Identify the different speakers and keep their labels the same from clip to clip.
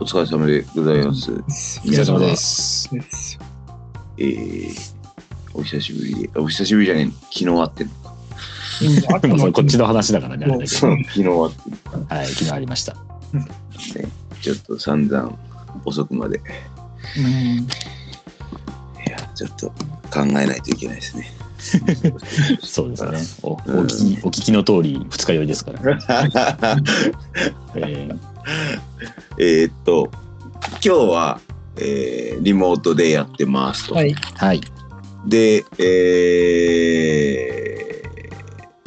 Speaker 1: 疲れ様でございます。
Speaker 2: お疲れ様です。
Speaker 1: えー、お久しぶりで、お久しぶりじゃねえ、昨日会ってる。
Speaker 2: うんあと
Speaker 3: でもそ
Speaker 2: は
Speaker 3: れこっちの話だからね。あれだけ
Speaker 1: そう、 昨日会っ
Speaker 3: どはい、昨日ありました。
Speaker 1: てね。ちょっと散々遅くまで、
Speaker 2: うん
Speaker 1: いや、ちょっと考えないといけないです ね。
Speaker 3: そうですね。おお
Speaker 1: うん
Speaker 3: 聞きお聞きの通り二日酔いで すから。えー
Speaker 1: えーっと、今日は、えーリモートでやってますと。
Speaker 2: はい。
Speaker 3: はい。
Speaker 1: で、えー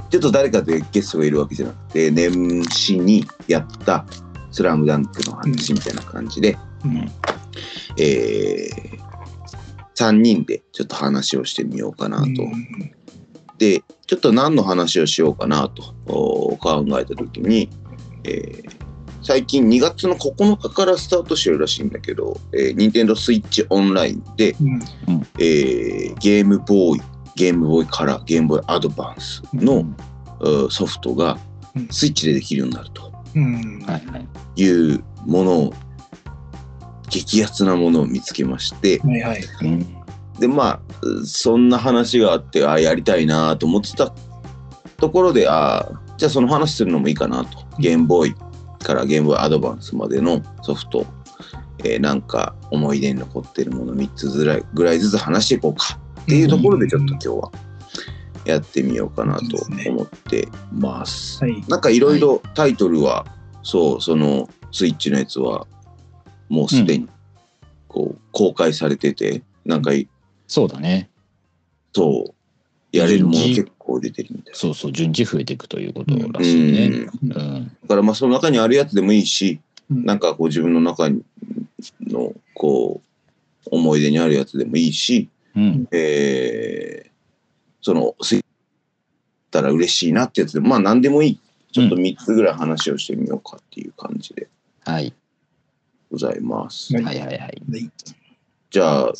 Speaker 1: ちょっと誰かでゲストがいるわけじゃなくて、年始にやったスラムダンクの話みたいな感じで、
Speaker 2: うん
Speaker 1: え3人でちょっと話をしてみようかなと。で、ちょっと何の話をしようかなとお考えた時に、えー最近2月の9日からスタートしてるらしいんだけど、えー、Nintendo Switch オンラインで、
Speaker 2: うん
Speaker 1: えーゲームボーイゲームボーイカラーゲームボーイアドバンスの、うんソフトが
Speaker 2: うん
Speaker 1: スイッチでできるようになると
Speaker 2: うん
Speaker 3: はいはい。
Speaker 1: いうものを激アツなものを見つけまして
Speaker 2: はいはい。
Speaker 3: うん
Speaker 1: でまあそんな話があってあやりたいなと思ってたところであじゃあその話するのもいいかなとゲームボーイからゲームボーイアドバンスまでのソフト、えーなんか思い出に残ってるもの3つぐらいぐらいずつ話していこうかっていうところでちょっと今日はやってみようかなと思ってます。
Speaker 2: はい。
Speaker 1: なんかいろいろタイトルは、そう、そのスイッチのやつはもうすでにこう公開されてて、なんかい
Speaker 3: そうだね。
Speaker 1: そう、やれるもの
Speaker 3: 順次
Speaker 1: 結構出てるみたい
Speaker 3: そうそう、順次増えていくということらしいね。
Speaker 1: うん
Speaker 2: うん
Speaker 3: うん。
Speaker 1: だからまあその中にあるやつでもいいし、
Speaker 2: うん
Speaker 1: なんかこう自分の中のこう思い出にあるやつでもいいし、
Speaker 3: うん。
Speaker 1: えーその、すいたら嬉しいなってやつで、まあ何でもいい。ちょっと3つぐらい話をしてみようかっていう感じで
Speaker 3: はい。
Speaker 1: ございます。
Speaker 2: はい
Speaker 3: はいはいはい。
Speaker 2: はい
Speaker 1: じゃあ、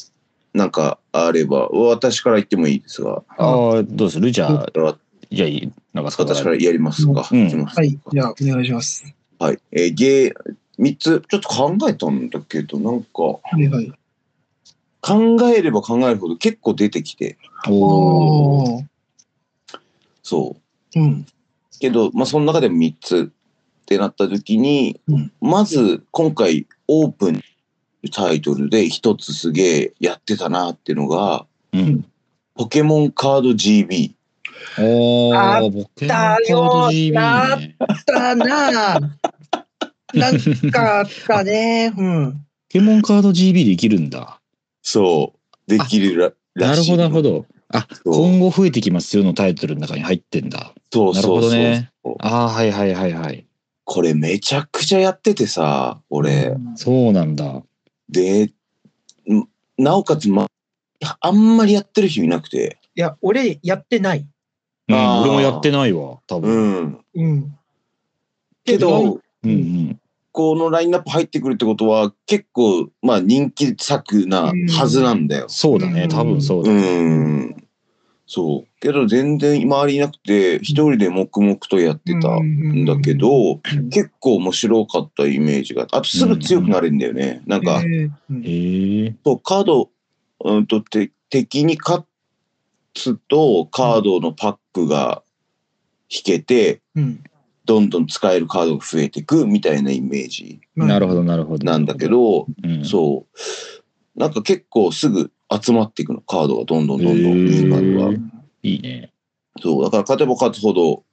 Speaker 1: なんかあれば、私から言ってもいいですが、
Speaker 3: ああ、どうするじゃあ、
Speaker 1: わ
Speaker 3: じゃあいい、長塚。
Speaker 1: 私かららやりますか。
Speaker 3: うん
Speaker 1: いきます
Speaker 2: はい。じゃあ、お願いします。
Speaker 1: はい。えーゲー、3つ、ちょっと考えたんだけど、なんか、考
Speaker 2: はいはい。
Speaker 1: えれば考えるほど結構出てきて、
Speaker 3: おお。
Speaker 2: ー。
Speaker 1: そう。
Speaker 2: うん。
Speaker 1: けど、まあ、その中でも3つってなった時に、
Speaker 2: うん
Speaker 1: まず今回オープンタイトルで一つすげえやってたなっていうのが
Speaker 3: うん。
Speaker 1: ポケモンカード GB
Speaker 3: お
Speaker 2: あ
Speaker 3: お、ボケのカー
Speaker 2: あ
Speaker 3: ド
Speaker 2: ったよ
Speaker 3: GB ね。
Speaker 2: だなあなんかあったね。うん。
Speaker 3: ポケモンカード GB できるんだ。
Speaker 1: そうできるら
Speaker 3: な
Speaker 1: ら
Speaker 3: る
Speaker 1: し
Speaker 3: ほ
Speaker 1: い
Speaker 3: ど、なるほど。あ、
Speaker 1: そう
Speaker 3: 今後増えてきますよのタイトルの中に入ってんだ。
Speaker 1: そう
Speaker 3: なる
Speaker 1: そ
Speaker 3: ほ
Speaker 1: うそ
Speaker 3: ど
Speaker 1: う、
Speaker 3: ね。ああ、はいはいはいはい。
Speaker 1: これめちゃくちゃやっててさ俺
Speaker 3: そうなんだ。
Speaker 1: でんなおかつ、ま、あんまりやってる人いなくて
Speaker 2: いや、俺、やってない。
Speaker 3: うん、
Speaker 1: あー
Speaker 3: 俺もやってないわ、多
Speaker 1: う
Speaker 3: 分。
Speaker 1: ん
Speaker 2: うん。
Speaker 1: けど
Speaker 3: うんうん。
Speaker 1: このラインナップ入ってくるってことは結構まあ人気作なはずなんだよ、
Speaker 3: そうだ
Speaker 2: う
Speaker 3: ね、
Speaker 2: ん
Speaker 3: 多分そう
Speaker 1: う
Speaker 3: だ。
Speaker 1: ーん。そう。けど全然周りいなくて、一人で黙々とやってたんだけど、
Speaker 2: うん、
Speaker 1: 結構面白かったイメージがあってあとすぐ強くなれるんだよね。なんか
Speaker 2: え、ーうん
Speaker 3: へえ。
Speaker 1: そうカード、うんとて、敵に勝つと、カードのパックが引けて、
Speaker 2: うん
Speaker 1: どんどん使えるカードが増えていくみたいなイメージ
Speaker 3: なるほど、なるほど。
Speaker 1: なんだけ、ど、
Speaker 3: うん、
Speaker 1: そう。なんか結構すぐ集まっていくの、カードがどんどんどんどん、い
Speaker 3: へ
Speaker 1: いカードが
Speaker 3: ー。いいね。
Speaker 1: そう、だから勝てば勝つほど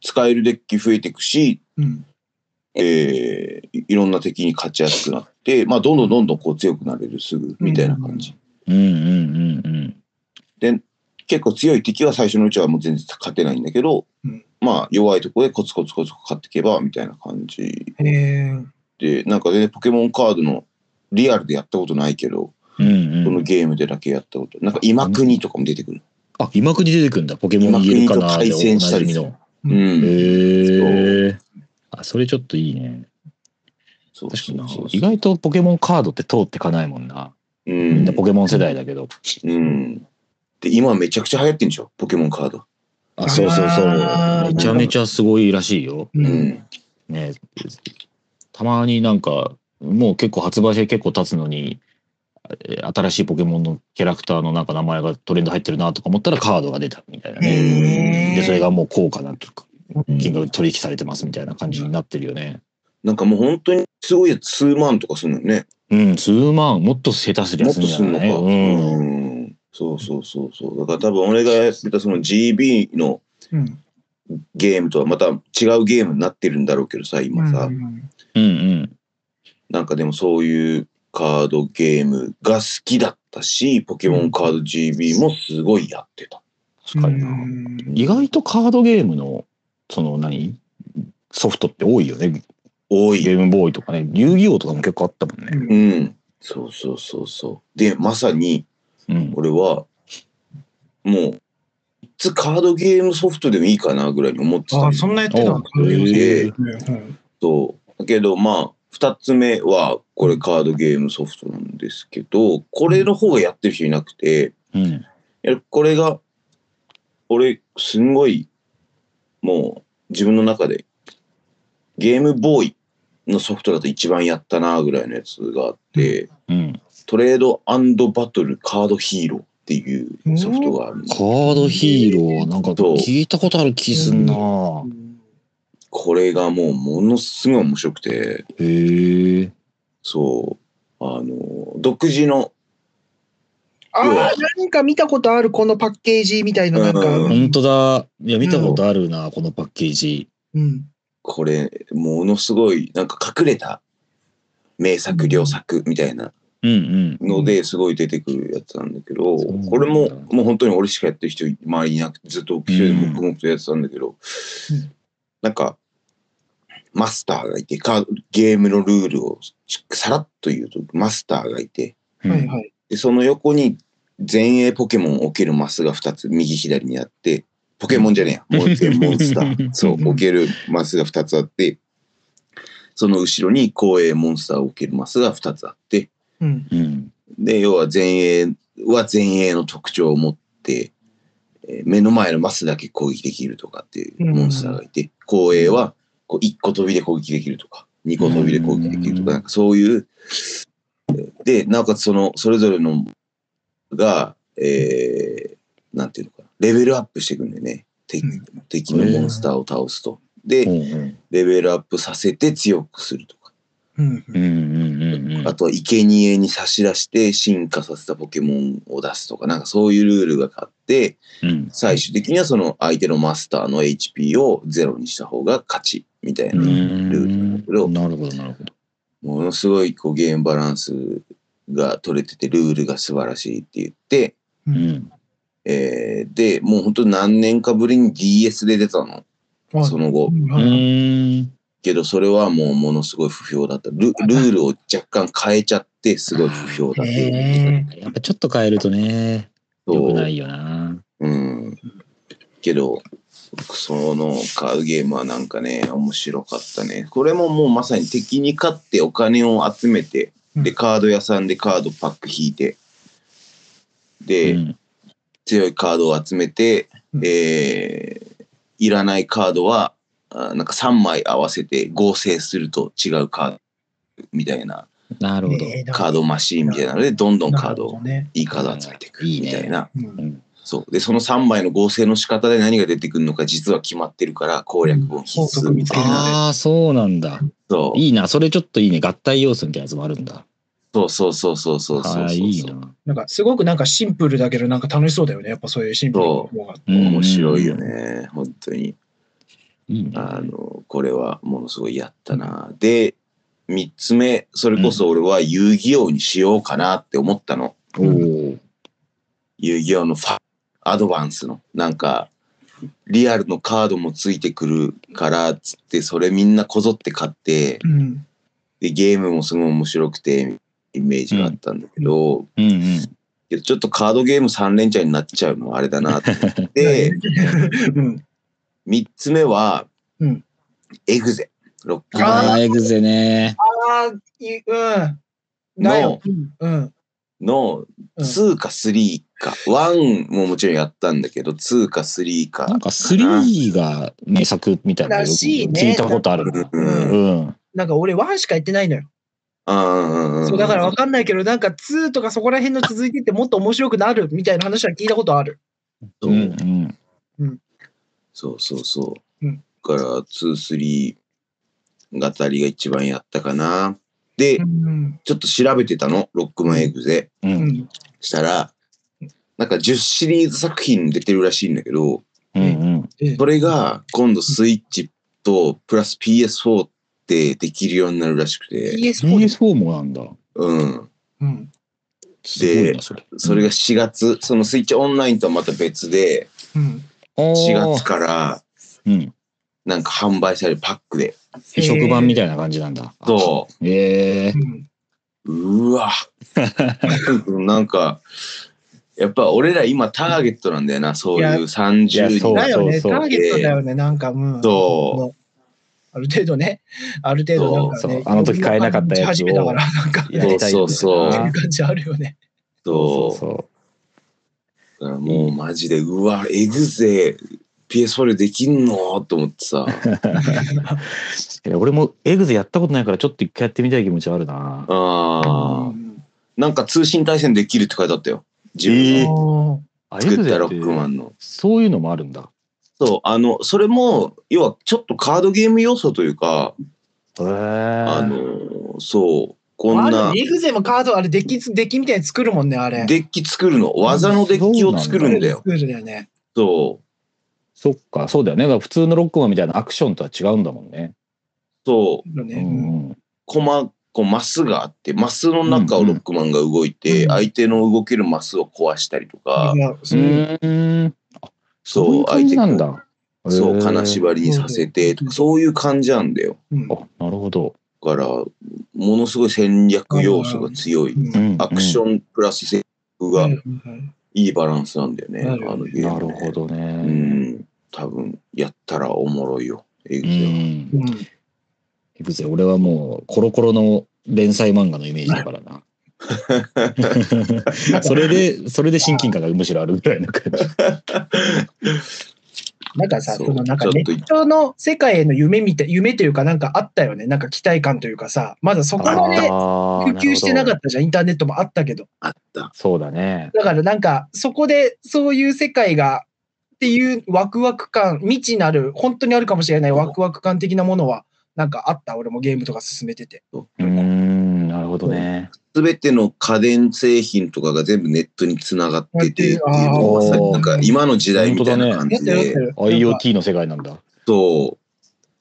Speaker 1: 使えるデッキ増えていくし、
Speaker 2: うん。
Speaker 1: えーいいろんな敵に勝ちやすくなって、まあ、どんどんどんどんこう強くなれるすぐみたいな感じ。
Speaker 3: うんうんうんうん。
Speaker 1: 結構強い敵は最初のうちはもう全然勝てないんだけど、
Speaker 2: うん
Speaker 1: まあ弱いところでコツコツコツコツ勝っていけばみたいな感じ
Speaker 2: えー
Speaker 1: で、なんかね、ポケモンカードのリアルでやったことないけど、
Speaker 3: うん
Speaker 1: この
Speaker 3: うん、
Speaker 1: ゲームでだけやったこと、なんか今国とかも出てくる。
Speaker 3: あ、今国出てくんだ。ポケモン言えるかな
Speaker 1: 今国と対戦したり
Speaker 3: でお
Speaker 1: す
Speaker 3: な
Speaker 1: るう
Speaker 2: う
Speaker 3: じ
Speaker 1: ん
Speaker 3: みの。
Speaker 1: ん。
Speaker 3: へえ。あ、それちょっといいね。
Speaker 1: そう
Speaker 3: 確か
Speaker 1: そう
Speaker 3: に
Speaker 1: そう。
Speaker 3: 意外とポケモンカードって通ってかないもんな。
Speaker 1: う
Speaker 3: みん
Speaker 1: ん
Speaker 3: な。ポケモン世代だけど。
Speaker 1: うん。で、今めちゃくちゃ流行ってんでしょ、ポケモンカード。
Speaker 3: あ、そうそうそう。
Speaker 2: あー
Speaker 3: めちゃめちゃすごいらしいよ。
Speaker 2: う
Speaker 1: うんん。
Speaker 3: ねたまになんかもう結構発売して結構経つのに、えー新しいポケモンのキャラクターのなんか名前がトレンド入ってるなとか思ったらカードが出たみたいなね。
Speaker 2: へー
Speaker 3: で、それがもう高価なとか、
Speaker 1: うん
Speaker 3: 金額取引されてますみたいな感じになってるよね。
Speaker 1: なんかもう本当にすごいやつ数万とかするのよね。
Speaker 3: うん、数万、もっと下手すり
Speaker 1: も
Speaker 3: ゃ
Speaker 1: っ
Speaker 3: す
Speaker 1: と
Speaker 3: るんじ
Speaker 1: す
Speaker 3: ゃ
Speaker 1: るの
Speaker 3: な
Speaker 1: か。
Speaker 3: いうん。
Speaker 1: うんそうそうそうそう。だから多分俺がやってたその GB の
Speaker 2: うん。
Speaker 1: ゲームとはまた違うゲームになってるんだろうけどさ、今さ。
Speaker 2: うん
Speaker 3: うん
Speaker 1: なんかでもそういうカードゲームが好きだったし、ポケモンカード GB もすごいやってた。
Speaker 3: うん。確かにな。意外とカードゲームの、その何ソフトって多いよね。
Speaker 1: 多い。
Speaker 3: ゲームボーイとかね。遊戯王とかも結構あったもん
Speaker 2: う
Speaker 3: ね。
Speaker 2: ん
Speaker 1: うん。そうそうそうそう。で、まさに
Speaker 3: うん。
Speaker 1: 俺は、もう、いつカードゲームソフトでもいいかなぐらいに思って
Speaker 2: あ
Speaker 1: た
Speaker 2: あ、そんなやってた
Speaker 3: お
Speaker 2: の
Speaker 3: うへえ
Speaker 2: うん
Speaker 1: と。だけど、まあ、二つ目は、これカードゲームソフトなんですけど、これの方がやってる人いなくて、
Speaker 3: うん。
Speaker 1: いやこれが俺すんごいもう自分の中でゲームボーイのソフトだと一番やったなぐらいのやつがあって、
Speaker 3: うん。
Speaker 1: トレードバトルカードヒーローっていうソフトがあるんで
Speaker 3: カードヒーローはなんか
Speaker 1: そう
Speaker 3: 聞いたことある気すんな
Speaker 1: これがもうものすごい面白くて
Speaker 3: へえ。
Speaker 1: そうあの独自の
Speaker 2: ああ、なんか見たことある、このパッケージみたいな、なんか。
Speaker 1: うん
Speaker 3: 本当だ。いや、見たことあるな、このパッケージ。
Speaker 2: うん。
Speaker 1: これものすごいなんか隠れた名作良作みたいな
Speaker 3: うんうん。
Speaker 1: のですごい出てくるやつなんだけど、
Speaker 3: そうなんだ
Speaker 1: これももう本当に俺しかやってる人周りいなくてずっと一人で黙々とやってたんだけど、
Speaker 2: うん
Speaker 1: なんかマスターがいてカードゲームのルールをさらっと言うとマスターがいて
Speaker 2: はいはい。
Speaker 1: でその横に前衛ポケモンを置けるマスが2つ右左にあってポケモンじゃねえやもう全 部モンスターそう置けるマスが2つあってその後ろに後衛モンスターを置けるマスが2つあって
Speaker 2: うん。
Speaker 3: うん。
Speaker 1: で要は前衛は前衛の特徴を持って、えー目の前のマスだけ攻撃できるとかっていうモンスターがいて、後衛はこう1個飛びで攻撃できるとか2個飛びで攻撃できると
Speaker 3: うん
Speaker 1: かなんかそういうでなおかつそのそれぞれのが、えーなんていうのかなレベルアップしていくんだよね敵
Speaker 2: うん
Speaker 1: 敵のモンスターを倒すと。で
Speaker 3: うんうん
Speaker 1: レベルアップさせて強くするとか。
Speaker 2: うん。
Speaker 3: うんうんうんうん
Speaker 1: あとは生贄に差し出して進化させたポケモンを出すとか、なんかそういうルールがあって、
Speaker 3: うん。
Speaker 1: 最終的にはその相手のマスターの HP をゼロにした方が勝ちみたいな、ルールなんだけど
Speaker 3: うんなるほど、なるほど。
Speaker 1: ものすごいこうゲームバランスが取れてて、ルールが素晴らしいって言って、
Speaker 2: う
Speaker 3: うんん。
Speaker 1: えーで、もう本当何年かぶりに DS で出たの、
Speaker 2: はい
Speaker 1: その後。
Speaker 3: う
Speaker 2: はい
Speaker 3: ーん。
Speaker 1: けどそれはもうものすごい不評だった。ルルールを若干変えちゃって、すごい不評だっていう。
Speaker 2: へ
Speaker 3: やっぱちょっと変えるとね、
Speaker 1: そう
Speaker 3: 良くないよな。
Speaker 1: うん。けど、そのカードゲームはなんかね、面白かったね。これももうまさに敵に勝ってお金を集めて、
Speaker 2: うん
Speaker 1: で、カード屋さんでカードパック引いて、
Speaker 3: う
Speaker 1: で、
Speaker 3: ん
Speaker 1: 強いカードを集めて、
Speaker 2: うん
Speaker 1: えーいらないカードは、あなんか3枚合わせて合成すると違うカードみたいな、
Speaker 3: なるほど。
Speaker 2: えーだか
Speaker 1: カ
Speaker 2: ら
Speaker 1: ードマシーンみたいなので、どんどんカード
Speaker 2: なる
Speaker 1: を
Speaker 2: ほど、ね。
Speaker 1: いいカードを集めていくみたいな。
Speaker 2: うん
Speaker 1: そう。で、その3枚の合成の仕方で何が出てくるのか実は決まってるから攻略本必須みたいなね。
Speaker 3: ああ、そうなんだ。
Speaker 1: そう
Speaker 3: いいな、それちょっといいね。合体要素みたいなやつもあるんだ。
Speaker 1: そうそうそうそうそうそうそう
Speaker 3: ああ、いいな。
Speaker 2: なんかすごくなんかシンプルだけどなんか楽しそうだよね。やっぱそういうシンプルな方が。
Speaker 3: うん
Speaker 1: 面白いよね。本当に。
Speaker 3: いいね。
Speaker 1: あの、これはものすごいやったな。で、3つ目、それこそ俺は遊戯王にしようかなって思ったの。
Speaker 3: おお。
Speaker 1: 遊戯王のファアドバンスの。なんか、リアルのカードもついてくるからっつって、それみんなこぞって買って、
Speaker 2: うん。
Speaker 1: でゲームもすごい面白くてイメージがあったんだけど、
Speaker 3: うんうん。
Speaker 1: けどちょっとカードゲーム3連チャンになっちゃうのはあれだなと思って
Speaker 2: うん。
Speaker 1: 3つ目は、
Speaker 2: うん
Speaker 1: エグゼロック
Speaker 3: あ
Speaker 1: ナ
Speaker 3: あ、
Speaker 1: イ
Speaker 3: エグゼね。
Speaker 2: ああ、いうん。だよ。うん。
Speaker 1: ンの
Speaker 2: うん
Speaker 1: 2か3か、1ももちろんやったんだけど2か3か
Speaker 3: なんか3が名作みたいなのよく
Speaker 2: らしいね
Speaker 3: 聞いたことあるな。
Speaker 1: うん
Speaker 3: うん。
Speaker 2: なんか俺ワンしかやってないのよ。
Speaker 1: あ
Speaker 2: そうだから分かんないけど、なんか2とかそこら辺の続いてってもっと面白くなるみたいな話は聞いたことある。
Speaker 1: そう
Speaker 3: うんうん
Speaker 1: そうそうそう。
Speaker 2: うん
Speaker 1: だから、2、3語りが一番やったかな。で、
Speaker 2: うん。
Speaker 1: ちょっと調べてたの、ロックマンエグゼ。
Speaker 3: う
Speaker 2: うんん。
Speaker 1: したら、なんか10シリーズ作品出てるらしいんだけど、
Speaker 3: うん
Speaker 2: え
Speaker 1: それが今度スイッチとプラス PS4 ってできるようになるらしくて、
Speaker 2: PS4 です。
Speaker 3: PS4 もなんだ
Speaker 1: うん。
Speaker 2: うん。
Speaker 3: すごいなそれ
Speaker 1: それが4月、そのスイッチオンラインとはまた別で、
Speaker 2: うん。
Speaker 1: 4
Speaker 3: 4
Speaker 1: 月から
Speaker 3: うん
Speaker 1: なんか販売されるパックで。
Speaker 3: 移植版みたいな感じなんだ
Speaker 1: そう
Speaker 3: ええ
Speaker 2: うん。
Speaker 1: う。うわ。 なんか、やっぱ俺ら今ターゲットなんだよな、そういう
Speaker 3: いや
Speaker 1: 30
Speaker 3: そう
Speaker 2: だ
Speaker 1: 人。
Speaker 2: よね、タ
Speaker 3: そうそう
Speaker 2: ーゲットだよね、なんか、うん。
Speaker 1: そう
Speaker 2: ある程度ね、ある程度なんかね、
Speaker 3: そうそうあの時買えなかったやつを
Speaker 2: 始めたから、なんか、
Speaker 3: やりたいよ
Speaker 1: そ
Speaker 3: ね
Speaker 1: う
Speaker 2: そう
Speaker 1: そ
Speaker 2: いう感じあるよね。
Speaker 1: そう。
Speaker 3: そ
Speaker 1: だからもうマジで、うわ、エグゼ PS4 でできんのと思ってさ。
Speaker 3: ういや俺もエグゼやったことないからちょっと一回やってみたい気持ちはあるな
Speaker 1: あ
Speaker 2: う
Speaker 1: ー
Speaker 2: ん
Speaker 1: なんか通信対戦できるって書いてあったよ。自
Speaker 3: え
Speaker 1: 分の
Speaker 2: あ
Speaker 3: あエ
Speaker 1: 作
Speaker 3: グ
Speaker 1: っ
Speaker 3: ゼ
Speaker 1: た
Speaker 3: っ
Speaker 1: ロックマ
Speaker 3: て
Speaker 1: ンの。
Speaker 3: そういうのもあるんだ
Speaker 1: そう、あの、それも、要はちょっとカードゲーム要素というか、
Speaker 3: へえ
Speaker 1: あの、そう、こん
Speaker 2: ーあ
Speaker 1: な
Speaker 2: れ、エグゼもカードあれ、デッキ、デッキみたいに作るもんね、あれ。
Speaker 1: デッキ作るの、技のデッキを作るんだよ。
Speaker 2: 作るんだよね。
Speaker 1: そう、
Speaker 3: そっかそうだよねだから普通のロックマンみたいなアクションとは違うんだもんね
Speaker 1: そう、
Speaker 2: 作る
Speaker 3: う
Speaker 2: ねうん
Speaker 3: ん
Speaker 1: コマ、こうマスがあって、マスの中をロックマンが動いて、
Speaker 2: うん
Speaker 1: 相手の動けるマスを壊したりとか、
Speaker 2: いや
Speaker 3: う
Speaker 2: そういうの
Speaker 3: ん
Speaker 1: そう
Speaker 3: そういう感じな
Speaker 1: 相
Speaker 3: んだ
Speaker 1: 手そう金
Speaker 3: へえ
Speaker 1: 縛りにさせてと
Speaker 2: う
Speaker 1: か
Speaker 2: ん
Speaker 1: そういう感じなんだよ
Speaker 2: うん
Speaker 3: あなるほど
Speaker 1: だからものすごい戦略要素が強い
Speaker 2: うん
Speaker 1: アクシ
Speaker 3: ン
Speaker 1: ョンプラス戦略が
Speaker 2: うんうん
Speaker 1: いいバランスなんだよね、
Speaker 2: なる
Speaker 1: あ
Speaker 2: ほ
Speaker 1: の
Speaker 2: ど
Speaker 1: ゲー
Speaker 3: な
Speaker 1: ム
Speaker 3: る
Speaker 1: ね、
Speaker 3: ほど
Speaker 1: う
Speaker 3: ね
Speaker 1: ん多分やったらおもろいよエ
Speaker 3: う
Speaker 1: グゼは
Speaker 3: ん
Speaker 2: うん
Speaker 3: いくぜ、俺はもう、コロコロの連載漫画のイメージだからな。それで、それで親近感がむしろあるぐらいの感じ。
Speaker 2: なんかさ、
Speaker 1: そ
Speaker 2: そうのなんか
Speaker 1: ちょっ
Speaker 2: 熱
Speaker 1: と
Speaker 2: 狂の世界への夢みたい、夢というかなんかあったよね。なんか期待感というかさ、まだそこまで
Speaker 3: あー
Speaker 2: 普及してなか
Speaker 3: るほ
Speaker 2: ったじゃん。インターネットもあったけど。
Speaker 1: あった
Speaker 3: どそうだね。
Speaker 2: だからなんかそこでそういう世界がっていうワクワク感、未知なる、本当にあるかもしれないワクワク感的なものは、なんかあった。俺もゲームとか進めてて。
Speaker 3: うーん、なるほどね。
Speaker 1: 全ての家電製品とかが全部ネットにつながっててっていうの
Speaker 2: あー
Speaker 1: がまさになんか今の時代みたいな感
Speaker 2: やっ
Speaker 1: じ
Speaker 2: たよやっ
Speaker 1: で
Speaker 2: たよ。なんか
Speaker 3: IoT の世界なんだ。
Speaker 1: そ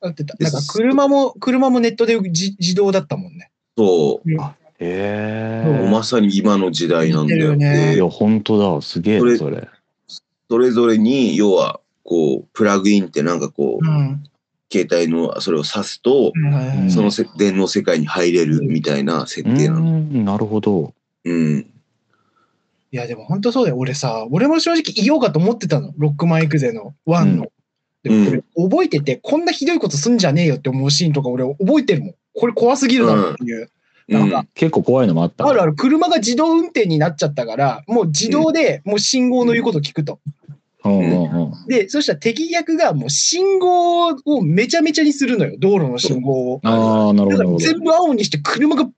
Speaker 1: う
Speaker 2: やってた。
Speaker 1: で
Speaker 2: なんか車も、車もネットで自自動だったもんね。
Speaker 1: そう
Speaker 3: へ
Speaker 1: もう
Speaker 3: え
Speaker 1: まさに今の時代なんだよ
Speaker 2: 似てるよ
Speaker 1: ね
Speaker 2: ね
Speaker 3: いや、本当だ。すげえ
Speaker 1: それ
Speaker 3: な、それ。
Speaker 1: それぞれに要はこうプラグインってなんかこう、
Speaker 2: うん。
Speaker 1: 携帯のそれを挿すと、
Speaker 2: うんはいはいはい
Speaker 1: そのせ電脳世界に入れるみたいな設
Speaker 3: う
Speaker 1: 定なの。
Speaker 3: ーん、なるほど。
Speaker 1: うん。
Speaker 2: いや、でも本当そうだよ。俺さ、俺も正直いようかと思ってたの。ロックマンエクゼの1の。
Speaker 1: うん
Speaker 2: でもこれ覚えてて、こんなひどいことすんじゃねえよって思うシーンとか俺覚えてるもん。これ怖すぎるだろっていう。なんか
Speaker 3: 結構怖いのもあった。
Speaker 2: あるある、車が自動運転になっちゃったから、もう自動でもう信号の言うこと聞くと。
Speaker 3: うんうんうん。
Speaker 2: で、そしたら敵役がもう信号をめちゃめちゃにするのよ。道路の信号を。
Speaker 3: ああ、な
Speaker 2: だか
Speaker 3: るほどなる
Speaker 2: ら
Speaker 3: ほ
Speaker 2: 全部青にして車が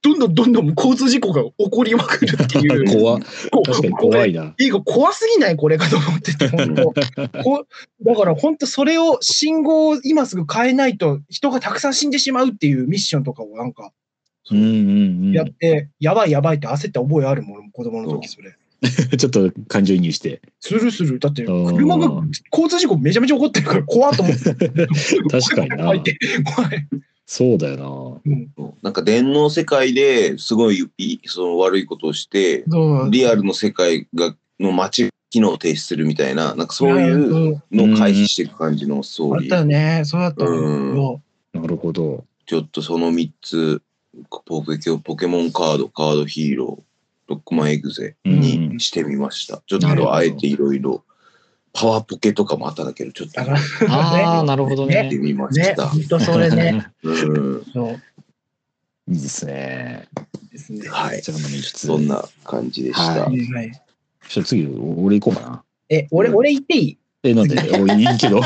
Speaker 2: どんどんどんどん交通事故が起こりまくるってい
Speaker 3: ど。
Speaker 2: う。
Speaker 3: 怖
Speaker 2: こう
Speaker 3: 確かに怖いな。
Speaker 2: いいか怖すぎないこれかと思ってて、本 当こだから本当それを、信号を今すぐ変えないと人がたくさん死んでしまうっていうミッションとかをなんか
Speaker 3: うんうんう
Speaker 2: やっ
Speaker 3: ん。
Speaker 2: て、やばいやばいって焦った覚えあるもん、俺も子供の時それ。
Speaker 3: ちょっと感情移入して。
Speaker 2: スルスル、だって
Speaker 3: うん
Speaker 2: 車が交通事故めちゃめちゃ起こってるから怖っと思って。
Speaker 3: 確かにな
Speaker 2: 怖いって怖い
Speaker 3: そうだよ
Speaker 2: うん
Speaker 1: うんなんか電脳世界ですごいいいその悪いことをして
Speaker 2: そう
Speaker 1: リアルの世界がの街機能を停止するみたいななんかそういう
Speaker 2: うん
Speaker 1: のを回避していく感じのスト
Speaker 2: あ
Speaker 1: ー
Speaker 2: っ
Speaker 1: リ
Speaker 2: た
Speaker 1: ー。
Speaker 2: よね、そうだった
Speaker 1: うん
Speaker 2: よ。
Speaker 3: な。なるほど。
Speaker 1: ちょっとその3つポケポケモンカードカードヒーローロックマンエグゼにしてみました。ちょっ
Speaker 3: なるほ
Speaker 1: と
Speaker 3: ど
Speaker 1: あえていろいろパワーポケとかもあったんだけどちょっと
Speaker 2: だから
Speaker 1: や
Speaker 3: ああ、なるほど
Speaker 1: っ
Speaker 3: ね
Speaker 1: て。みまし
Speaker 2: ね、
Speaker 1: た。
Speaker 2: 本当それ ね。
Speaker 1: うん
Speaker 2: そう
Speaker 3: いいですね。
Speaker 2: ですね。
Speaker 1: は
Speaker 3: こ
Speaker 1: い
Speaker 3: ち。らの3つ。
Speaker 1: そんな感じでした。
Speaker 3: は
Speaker 2: はい
Speaker 3: ちょっと次、俺行こうかな。
Speaker 2: え、俺、俺言っていい
Speaker 3: え、なんでおいいけど、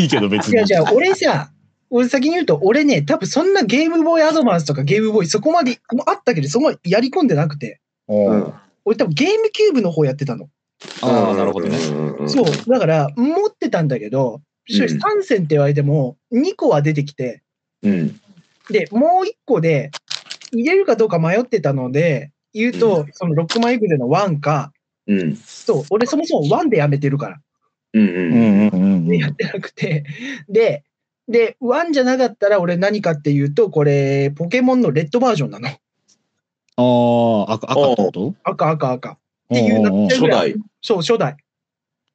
Speaker 3: いいけど別
Speaker 2: いや、
Speaker 3: に。
Speaker 2: じゃあ、俺さ、俺先に言うと、俺ね、多分そんなゲームボーイアドバンスとかゲームボーイ、そこまでもうあったけど、そこまでやり込んでなくて、
Speaker 1: うん
Speaker 3: あ
Speaker 2: 俺多分ゲームキューブの方やってたの。
Speaker 3: あ、なるほどね。。
Speaker 2: そう。だから、持ってたんだけど、正直3戦って言われても、2個は出てきて、
Speaker 1: うん。
Speaker 2: で、もう1個で、入れるかどうか迷ってたので、言うと、そのロックマンイグゼの1か、
Speaker 1: うん。
Speaker 2: そう、俺そもそも1でやめてるから、
Speaker 1: うん。
Speaker 3: う
Speaker 1: うん。
Speaker 3: んうんうん。
Speaker 2: やってなくて、で、で、1じゃなかったら俺何かっていうと、これ、ポケモンのレッドバージョンなの。
Speaker 3: ああ、赤赤ってこと
Speaker 2: 赤赤赤。
Speaker 3: って
Speaker 2: いうなって
Speaker 1: 初代。
Speaker 2: そう、初代。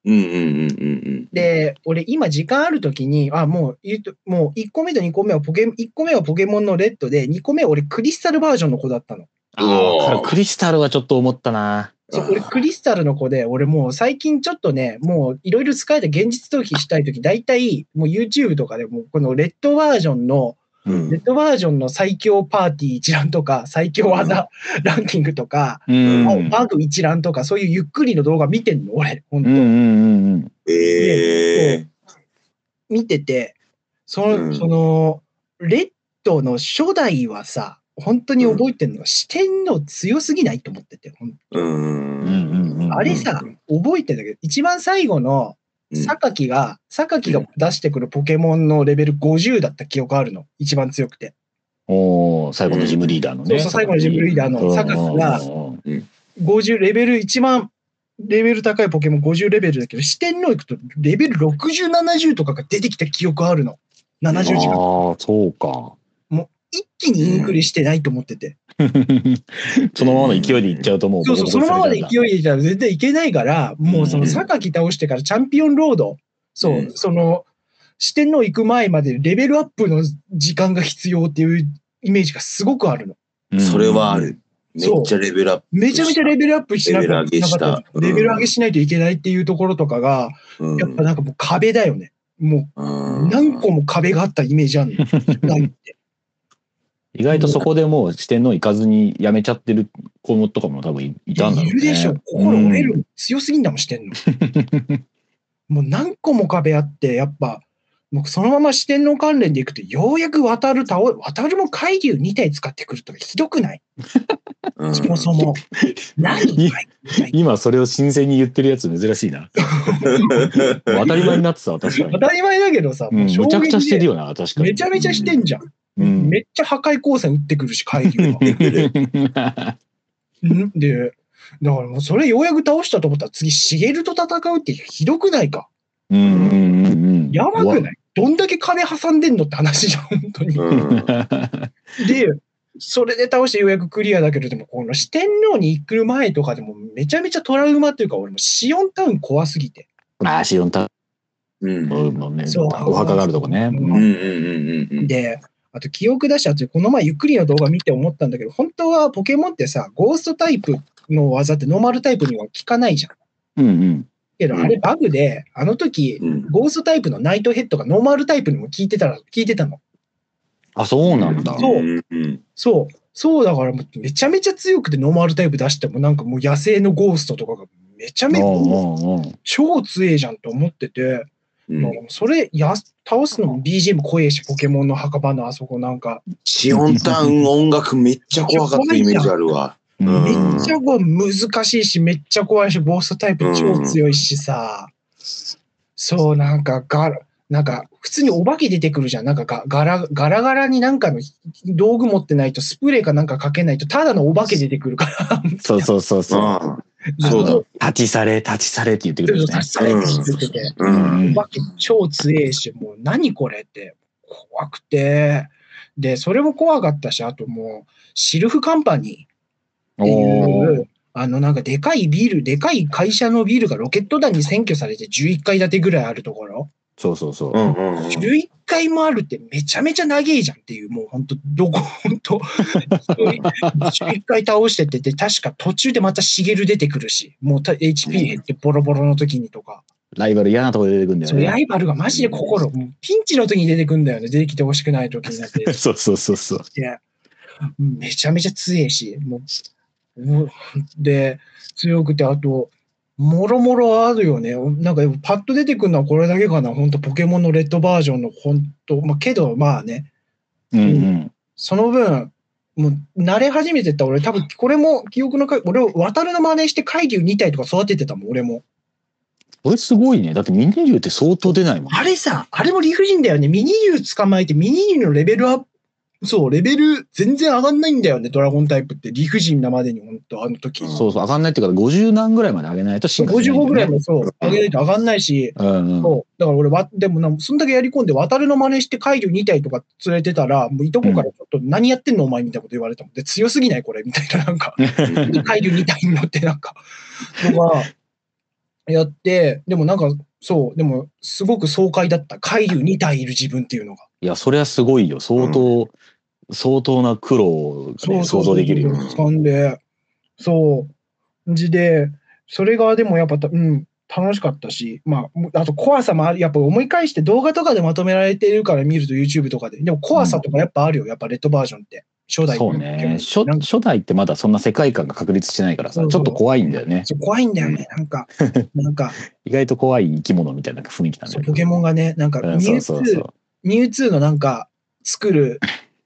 Speaker 1: うんうんうんうん
Speaker 2: で、俺今時間あるときに、あ、もう言うと、もう1個目と2個目はポケ、1個目はポケモンのレッドで、2個目は俺クリスタルバージョンの子だったの。
Speaker 3: ああ、わかるクリスタルはちょっと思ったな。
Speaker 2: そう俺クリスタルの子で、俺もう最近ちょっとね、もういろいろ使えて現実逃避したいとき、大体もう YouTube とかでもうこのレッドバージョンの、
Speaker 3: うん
Speaker 2: レッドバージョンの最強パーティー一覧とか、最強技ランキングとか、
Speaker 3: う。
Speaker 1: うん
Speaker 2: 青バグ一覧とか、そういうゆっくりの動画見てんの、俺、ほん
Speaker 3: う
Speaker 2: と。
Speaker 3: んうんうん
Speaker 1: うん。ええ。
Speaker 2: 見てて、その、
Speaker 1: うん
Speaker 2: その、レッドの初代はさ、本当に覚えてるのは、四天王強すぎないと思ってて、ほん
Speaker 1: うん。
Speaker 3: うん。うんうんうん。
Speaker 2: あれさ、覚えてんだけど、一番最後の、榊が、榊が出してくるポケモンのレベル50だった記憶あるの、一番強くて。
Speaker 3: おお、最後のジムリーダーのね。
Speaker 2: そうそう最後のジムリーダーの
Speaker 3: 坂
Speaker 2: 榊が50レベル、一番レベル高いポケモン50レベルだけど、四天王行くとレベル60、70とかが出てきた記憶あるの。70時間。
Speaker 3: ああ、そうか。
Speaker 2: 一気にインクリしてないと思ってて。
Speaker 3: そのままの勢いでいっちゃうともう。
Speaker 2: そうそう、そのままで勢いでいたら絶対いけないから、もうそ
Speaker 1: うん
Speaker 2: の榊倒してからチャンピオンロード、そうう、
Speaker 1: ん
Speaker 2: その、四天王行く前までレベルアップの時間が必要っていうイメージがすごくあるの。
Speaker 3: うん
Speaker 1: それはある。めっちゃレベルアップ。
Speaker 2: めちゃめちゃレベルアップしなか
Speaker 1: レベル上げした
Speaker 2: った
Speaker 1: うん
Speaker 2: レベル上げしないといけないっていうところとかが、
Speaker 1: うん
Speaker 2: やっぱなんかもう壁だよね。もう何
Speaker 1: 何
Speaker 2: 個も壁があったイメージあるの。ないって。
Speaker 3: 意外とそこでもう四天王行かずにやめちゃってる子もとかも多分いたんだろうね。
Speaker 2: いるでしょ。心折れるもん。強すぎんだもん、してんの。 もう何個も壁あって、やっぱ、もうそのまま四天王関連でいくと、ようやく渡る倒、渡るも海流2体使ってくるとかひどくないそもそ も。何
Speaker 3: 今それを新鮮に言ってるやつ珍しいな。 当たり前になってた、確か
Speaker 2: 当
Speaker 3: に。
Speaker 2: たり前だけどさ、
Speaker 3: うん、むち
Speaker 2: 衝撃
Speaker 3: ゃ
Speaker 2: で
Speaker 3: くちゃしてるよな、確かに。
Speaker 2: めちゃめちゃしてんじゃん。
Speaker 3: うん
Speaker 2: めっちゃ破壊光線打ってくるし、海流は。うんで、だからもうそれようやく倒したと思ったら次、シゲルと戦うってひどくないか。
Speaker 3: うんうんうんうん。
Speaker 2: やばくないどんだけ金挟んでんのって話じゃん、本当に。で、それで倒してようやくクリアだけれども、この四天王に行く前とかでもめちゃめちゃトラウマというか、俺もシオンタウン怖すぎて。
Speaker 3: ああ、シオンタ
Speaker 1: うん
Speaker 3: ウンのね、
Speaker 2: そう
Speaker 3: お墓があるとこね。
Speaker 1: うんうんうんうん。
Speaker 2: で、あと記憶出した後にこの前ゆっくりの動画見て思ったんだけど、本当はポケモンってさ、ゴーストタイプの技ってノーマルタイプには効かないじゃん。
Speaker 3: うんうん。
Speaker 2: けどあれバグで、あの時、
Speaker 1: うん
Speaker 2: ゴーストタイプのナイトヘッドがノーマルタイプにも効いてたら、効いてたの。
Speaker 3: あ、そうなんだ。
Speaker 2: そう
Speaker 1: うんうん
Speaker 2: そう。そうだからもうめちゃめちゃ強くてノーマルタイプ出してもなんかもう野生のゴーストとかがめちゃめちゃ
Speaker 3: うんうんうん
Speaker 2: 超強えじゃんと思ってて、
Speaker 1: うん
Speaker 2: それや倒すのも BGM 怖えし、ポケモンの墓場のあそこなんか、
Speaker 1: シオンタウン音楽めっちゃ怖かったイメージあるわ。
Speaker 3: うん
Speaker 2: めっ
Speaker 1: うん
Speaker 2: ちゃこう難しいし、めっちゃ怖いし、ボーストタイプ超強いしさ、そう、なんかが、なんか普通にお化け出てくるじゃん、なんかがガラガラガラになんかの道具持ってないと、スプレーかなんかかけないと、ただのお化け出てくるから。
Speaker 3: そうそうそうそう。
Speaker 1: あ
Speaker 3: あの
Speaker 1: そうだ
Speaker 3: 立ち去れ、立ち去れって言ってく
Speaker 2: そう
Speaker 3: る
Speaker 2: そ
Speaker 3: よ
Speaker 2: う
Speaker 3: ね
Speaker 2: 刺。されて言ってて。
Speaker 1: あ。う。
Speaker 3: うんん
Speaker 2: お化け超強えし、もう何これって怖くて、で、それも怖かったし、あともう、シルフカンパニーってい
Speaker 3: おー
Speaker 2: う、あのなんかでかいビル、でかい会社のビルがロケット弾に占拠されて11階建てぐらいあるところ、
Speaker 3: そうそうそうう。
Speaker 1: んうんうん。
Speaker 2: 11階もあるってめちゃめちゃ長えじゃんっていう、もう本当どこ、本当11階倒してって、で、確か途中でまたシゲル出てくるし、もうた HP 減ってボロボロの時にとか。
Speaker 3: ライバル嫌なとこで出てくるんだよ
Speaker 2: そうラ
Speaker 3: ね。。
Speaker 2: イバルがマジで心、もうピンチの時に出てくんだよね。出てきてほしくない時になって
Speaker 3: そうそうそうそう。
Speaker 2: でめちゃめちゃ強えし、もう、もうで、強くて、あと、もろもろあるよね。なんかパッと出てくるのはこれだけかな。本当ポケモンのレッドバージョンの本当、まあ、けどまあね、
Speaker 3: うんうん。
Speaker 2: その分、もう慣れ始めてった俺、多分これも記憶のか、俺を渡るの真似して海竜2体とか育ててたもん、俺も。
Speaker 3: これすごいね。だってミニ竜って相当出ないもん。
Speaker 2: あれさ、あれも理不尽だよね。ミニ竜捕まえて、ミニ竜のレベルアップ、そう、レベル全然上がんないんだよね、ドラゴンタイプって。理不尽なまでに、本当あの時。
Speaker 3: そうそう、上がんないっていうから50何ぐらいまで上げないと進化しないんだ
Speaker 2: 55
Speaker 3: よね
Speaker 2: ぐらいもそう、上げないと上がんないし、
Speaker 3: うんうん。
Speaker 2: そう。だから俺は、でもな、そんだけやり込んで、渡るの真似して、海竜2体とか連れてたら、もういとこからちょっと、何やってんのお前みたいなこと言われたもん。で、強すぎないこれみたいな、なんか。海流みたいになってなんか、とか、やって、でもなんか、そう、でも、すごく爽快だった。海流2体いる自分っていうのが。
Speaker 3: いや、それはすごいよ。相当、相当な苦労がね、想像できるよ。
Speaker 2: 掴んで、そう、じで、それがでもやっぱた、うん、楽しかったし、まあも、あと怖さもある、やっぱ思い返して動画とかでまとめられてるから見ると YouTube とかで。でも怖さとかやっぱあるよ、やっぱレッドバージョンって。初代
Speaker 3: そうね。初
Speaker 2: なんか
Speaker 3: 初代ってまだそんな世界観が確立してないからさ、
Speaker 2: そう
Speaker 3: ち
Speaker 2: そ
Speaker 3: ょ
Speaker 2: う
Speaker 3: っと怖いんだよね。
Speaker 2: そう怖いんだよね、なんか、なん か、
Speaker 3: 意外と怖い生き物みたいな雰囲気なんだ
Speaker 2: そ
Speaker 3: よ
Speaker 2: う
Speaker 3: ね
Speaker 2: ポケモンがね、なんか、
Speaker 3: うん
Speaker 2: ミュ
Speaker 3: そう
Speaker 2: ウツー
Speaker 3: そうそう。
Speaker 2: ミュウツーのなんか作る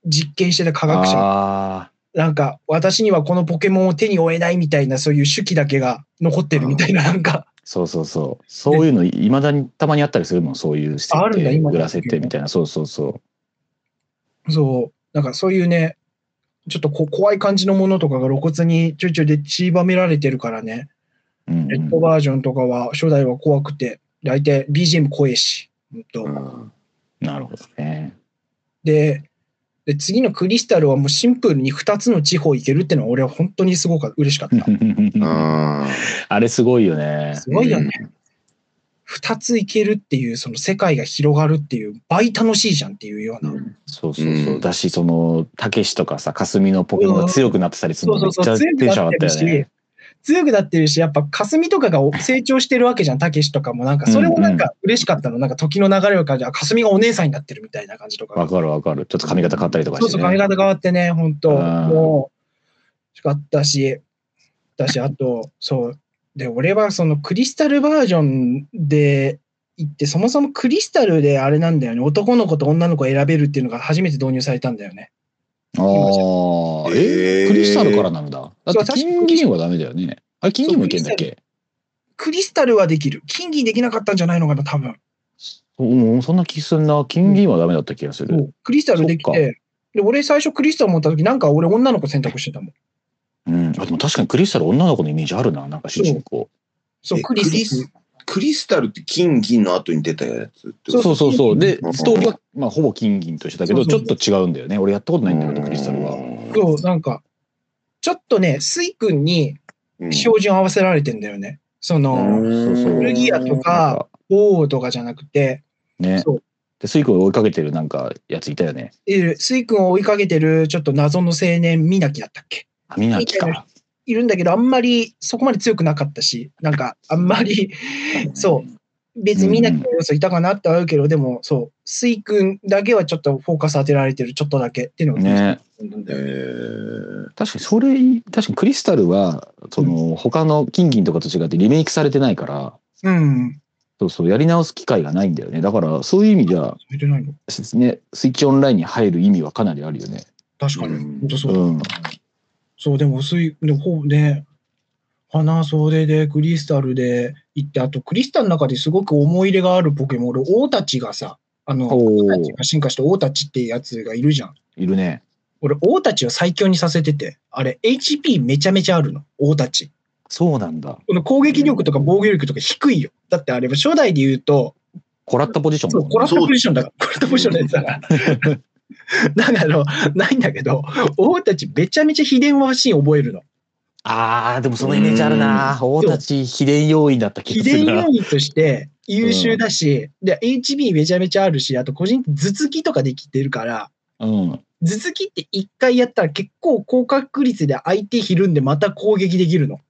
Speaker 2: 実験してた科学者
Speaker 3: あ
Speaker 2: なんか私にはこのポケモンを手に負えないみたいなそういう手記だけが残ってるみたいななんか
Speaker 3: あ、そうそうそう。そういうの、いまだにたまにあったりするもん、そういう設
Speaker 2: ああるんだ
Speaker 3: 定、
Speaker 2: 今でも
Speaker 3: 裏設定みたいな。そうそうそう。
Speaker 2: そうなんかそういうねちょっとこう怖い感じのものとかが露骨にちょいちょいで散りばめられてるからね
Speaker 3: うん
Speaker 2: レッドバージョンとかは初代は怖くて大体 BGM 怖えし、ほんと
Speaker 1: うん
Speaker 3: なるほどね。
Speaker 2: でで次のクリスタルはもうシンプルに2つの地方行けるってのは俺は本当にすごく嬉しかった
Speaker 1: あ
Speaker 3: あれすごいよね。
Speaker 2: すごいよね、
Speaker 1: う
Speaker 2: 二ついけるっていう、その世界が広がるっていう、倍楽しいじゃんっていうよう
Speaker 1: ー
Speaker 2: な。
Speaker 3: そうそうそう。
Speaker 1: うん
Speaker 3: だし、その、たけしとかさ、かすみのポケモンが強くなってたりするのめっちゃテ
Speaker 2: 強
Speaker 3: ン
Speaker 2: く
Speaker 3: ション
Speaker 2: な
Speaker 3: 上
Speaker 2: って
Speaker 3: がった
Speaker 2: る
Speaker 3: よ
Speaker 2: し、
Speaker 3: ね。
Speaker 2: 強くなってるし、やっぱ霞とか がお成長してるわけじゃん、たけしとかも。なんか、それもなんか嬉しかったの。なんか時の流れを感じて、あ、霞がお姉さんになってるみたいな感じとか。
Speaker 3: わかるわかる。ちょっと髪型変わったりとか
Speaker 2: そう
Speaker 3: して、
Speaker 2: そう、髪
Speaker 3: ね。
Speaker 2: 型変わってね、本当
Speaker 3: うん
Speaker 2: もう、よかったし、だし、あと、そう、で、俺はそのクリスタルバージョンで行って、そもそもクリスタルであれなんだよね、男の子と女の子を選べるっていうのが初めて導入されたんだよね。
Speaker 3: ああ、
Speaker 1: え
Speaker 3: え
Speaker 1: ー
Speaker 3: クリスタルからなんだ。だ
Speaker 2: そう
Speaker 3: っ
Speaker 2: 確
Speaker 3: て
Speaker 2: か
Speaker 3: 金銀はダメだよね。あれ、金銀もいけんだっけ
Speaker 2: クリスタルはできる。金銀できなかったんじゃないのかな、多分。
Speaker 3: うん、そんな気すんな。金銀はダメだった気がする。
Speaker 2: クリスタルでき
Speaker 3: そっか
Speaker 2: て、で、俺最初クリスタル持った時、なんか俺女の子選択してたもん。
Speaker 3: うん。あ、でも確かにクリスタル女の子のイメージあるな。なんか主人公。
Speaker 2: そう、
Speaker 1: え
Speaker 2: クリス
Speaker 1: クリスクリスタルって金銀の後に出たやつって
Speaker 3: そ
Speaker 1: こと
Speaker 3: うそうそうそう。で
Speaker 1: う、ん
Speaker 3: ストーリーは、まあ、ほぼ金銀と一緒だけ
Speaker 2: そ
Speaker 3: ど、
Speaker 2: うそ
Speaker 3: ち
Speaker 2: う
Speaker 3: ょっと違うんだよね。俺やったことないんだけど、クリスタルは。
Speaker 2: そう、なんか、ちょっとね、スイ君に
Speaker 1: うん
Speaker 2: 照準合わせられてんだよね。その、
Speaker 1: うん
Speaker 3: そうそう
Speaker 2: 古着屋と
Speaker 3: なん
Speaker 2: か、
Speaker 3: か
Speaker 2: 王とかじゃなくて、
Speaker 3: ね。
Speaker 2: そう
Speaker 3: で、スイ君を追いかけてるなんかやついたよね。
Speaker 2: いる、スイ君を追いかけてる、ちょっと謎の青年、ミナキだったっけ
Speaker 3: あ、みなきか。
Speaker 2: いるんだけど、あんまりそこまで強くなかったし、なんか、あんまり、そう、別にミナキの要素いたかなってあるけど、でも、そう、スイ君だけはちょっとフォーカス当てられてる、ちょっとだけっていうのが、
Speaker 3: ね。
Speaker 2: な
Speaker 1: え
Speaker 2: んだよ
Speaker 1: ー
Speaker 3: 確かにそれ、確かにクリスタルは、その、他の金銀とかと違ってリメイクされてないか
Speaker 2: う
Speaker 3: ら、
Speaker 2: ん。
Speaker 3: そうそう、やり直す機会がないんだよね。だから、そういう意味では、
Speaker 2: 入れないの
Speaker 3: ね、スイッチオンラインに入る意味はかなりあるよね。
Speaker 2: 確かに。
Speaker 1: うん
Speaker 2: 本当そうだ
Speaker 3: うん。
Speaker 2: そう、でも薄い、でもほうね、花袖でクリスタルで行って、あとクリスタルの中ですごく思い入れがあるポケモン、俺、王たちがさ、あの、
Speaker 3: お
Speaker 2: 王たち
Speaker 3: ー
Speaker 2: が進化した王たちってやつがいるじゃん。
Speaker 3: いるね。
Speaker 2: 俺、王たちを最強にさせてて、あれ、HP めちゃめちゃあるの、王たち。
Speaker 3: そうなんだ。
Speaker 2: この攻撃力とか防御力とか低いよ。だってあれは初代で言うと、
Speaker 3: コラッタポジション
Speaker 2: そ
Speaker 3: だ
Speaker 2: う、コ
Speaker 3: もん
Speaker 2: ラ
Speaker 3: ね
Speaker 2: ッタポジションだから、 コラッタポジションのやつだから。だから、ないんだけど、王たちめちゃめちゃ秘伝和シーン覚えるの。
Speaker 3: ああ、でもそのイメージあるな。大立ち秘伝要員だった気
Speaker 2: 秘
Speaker 3: がする
Speaker 2: 伝
Speaker 3: な
Speaker 2: 要。員として優秀だし、で HB めちゃめちゃあるし、あと個人的に頭突きとかできてるから、
Speaker 3: うん。
Speaker 2: 頭突きって一回やったら結構高確率で相手ひるんでまた攻撃できるの。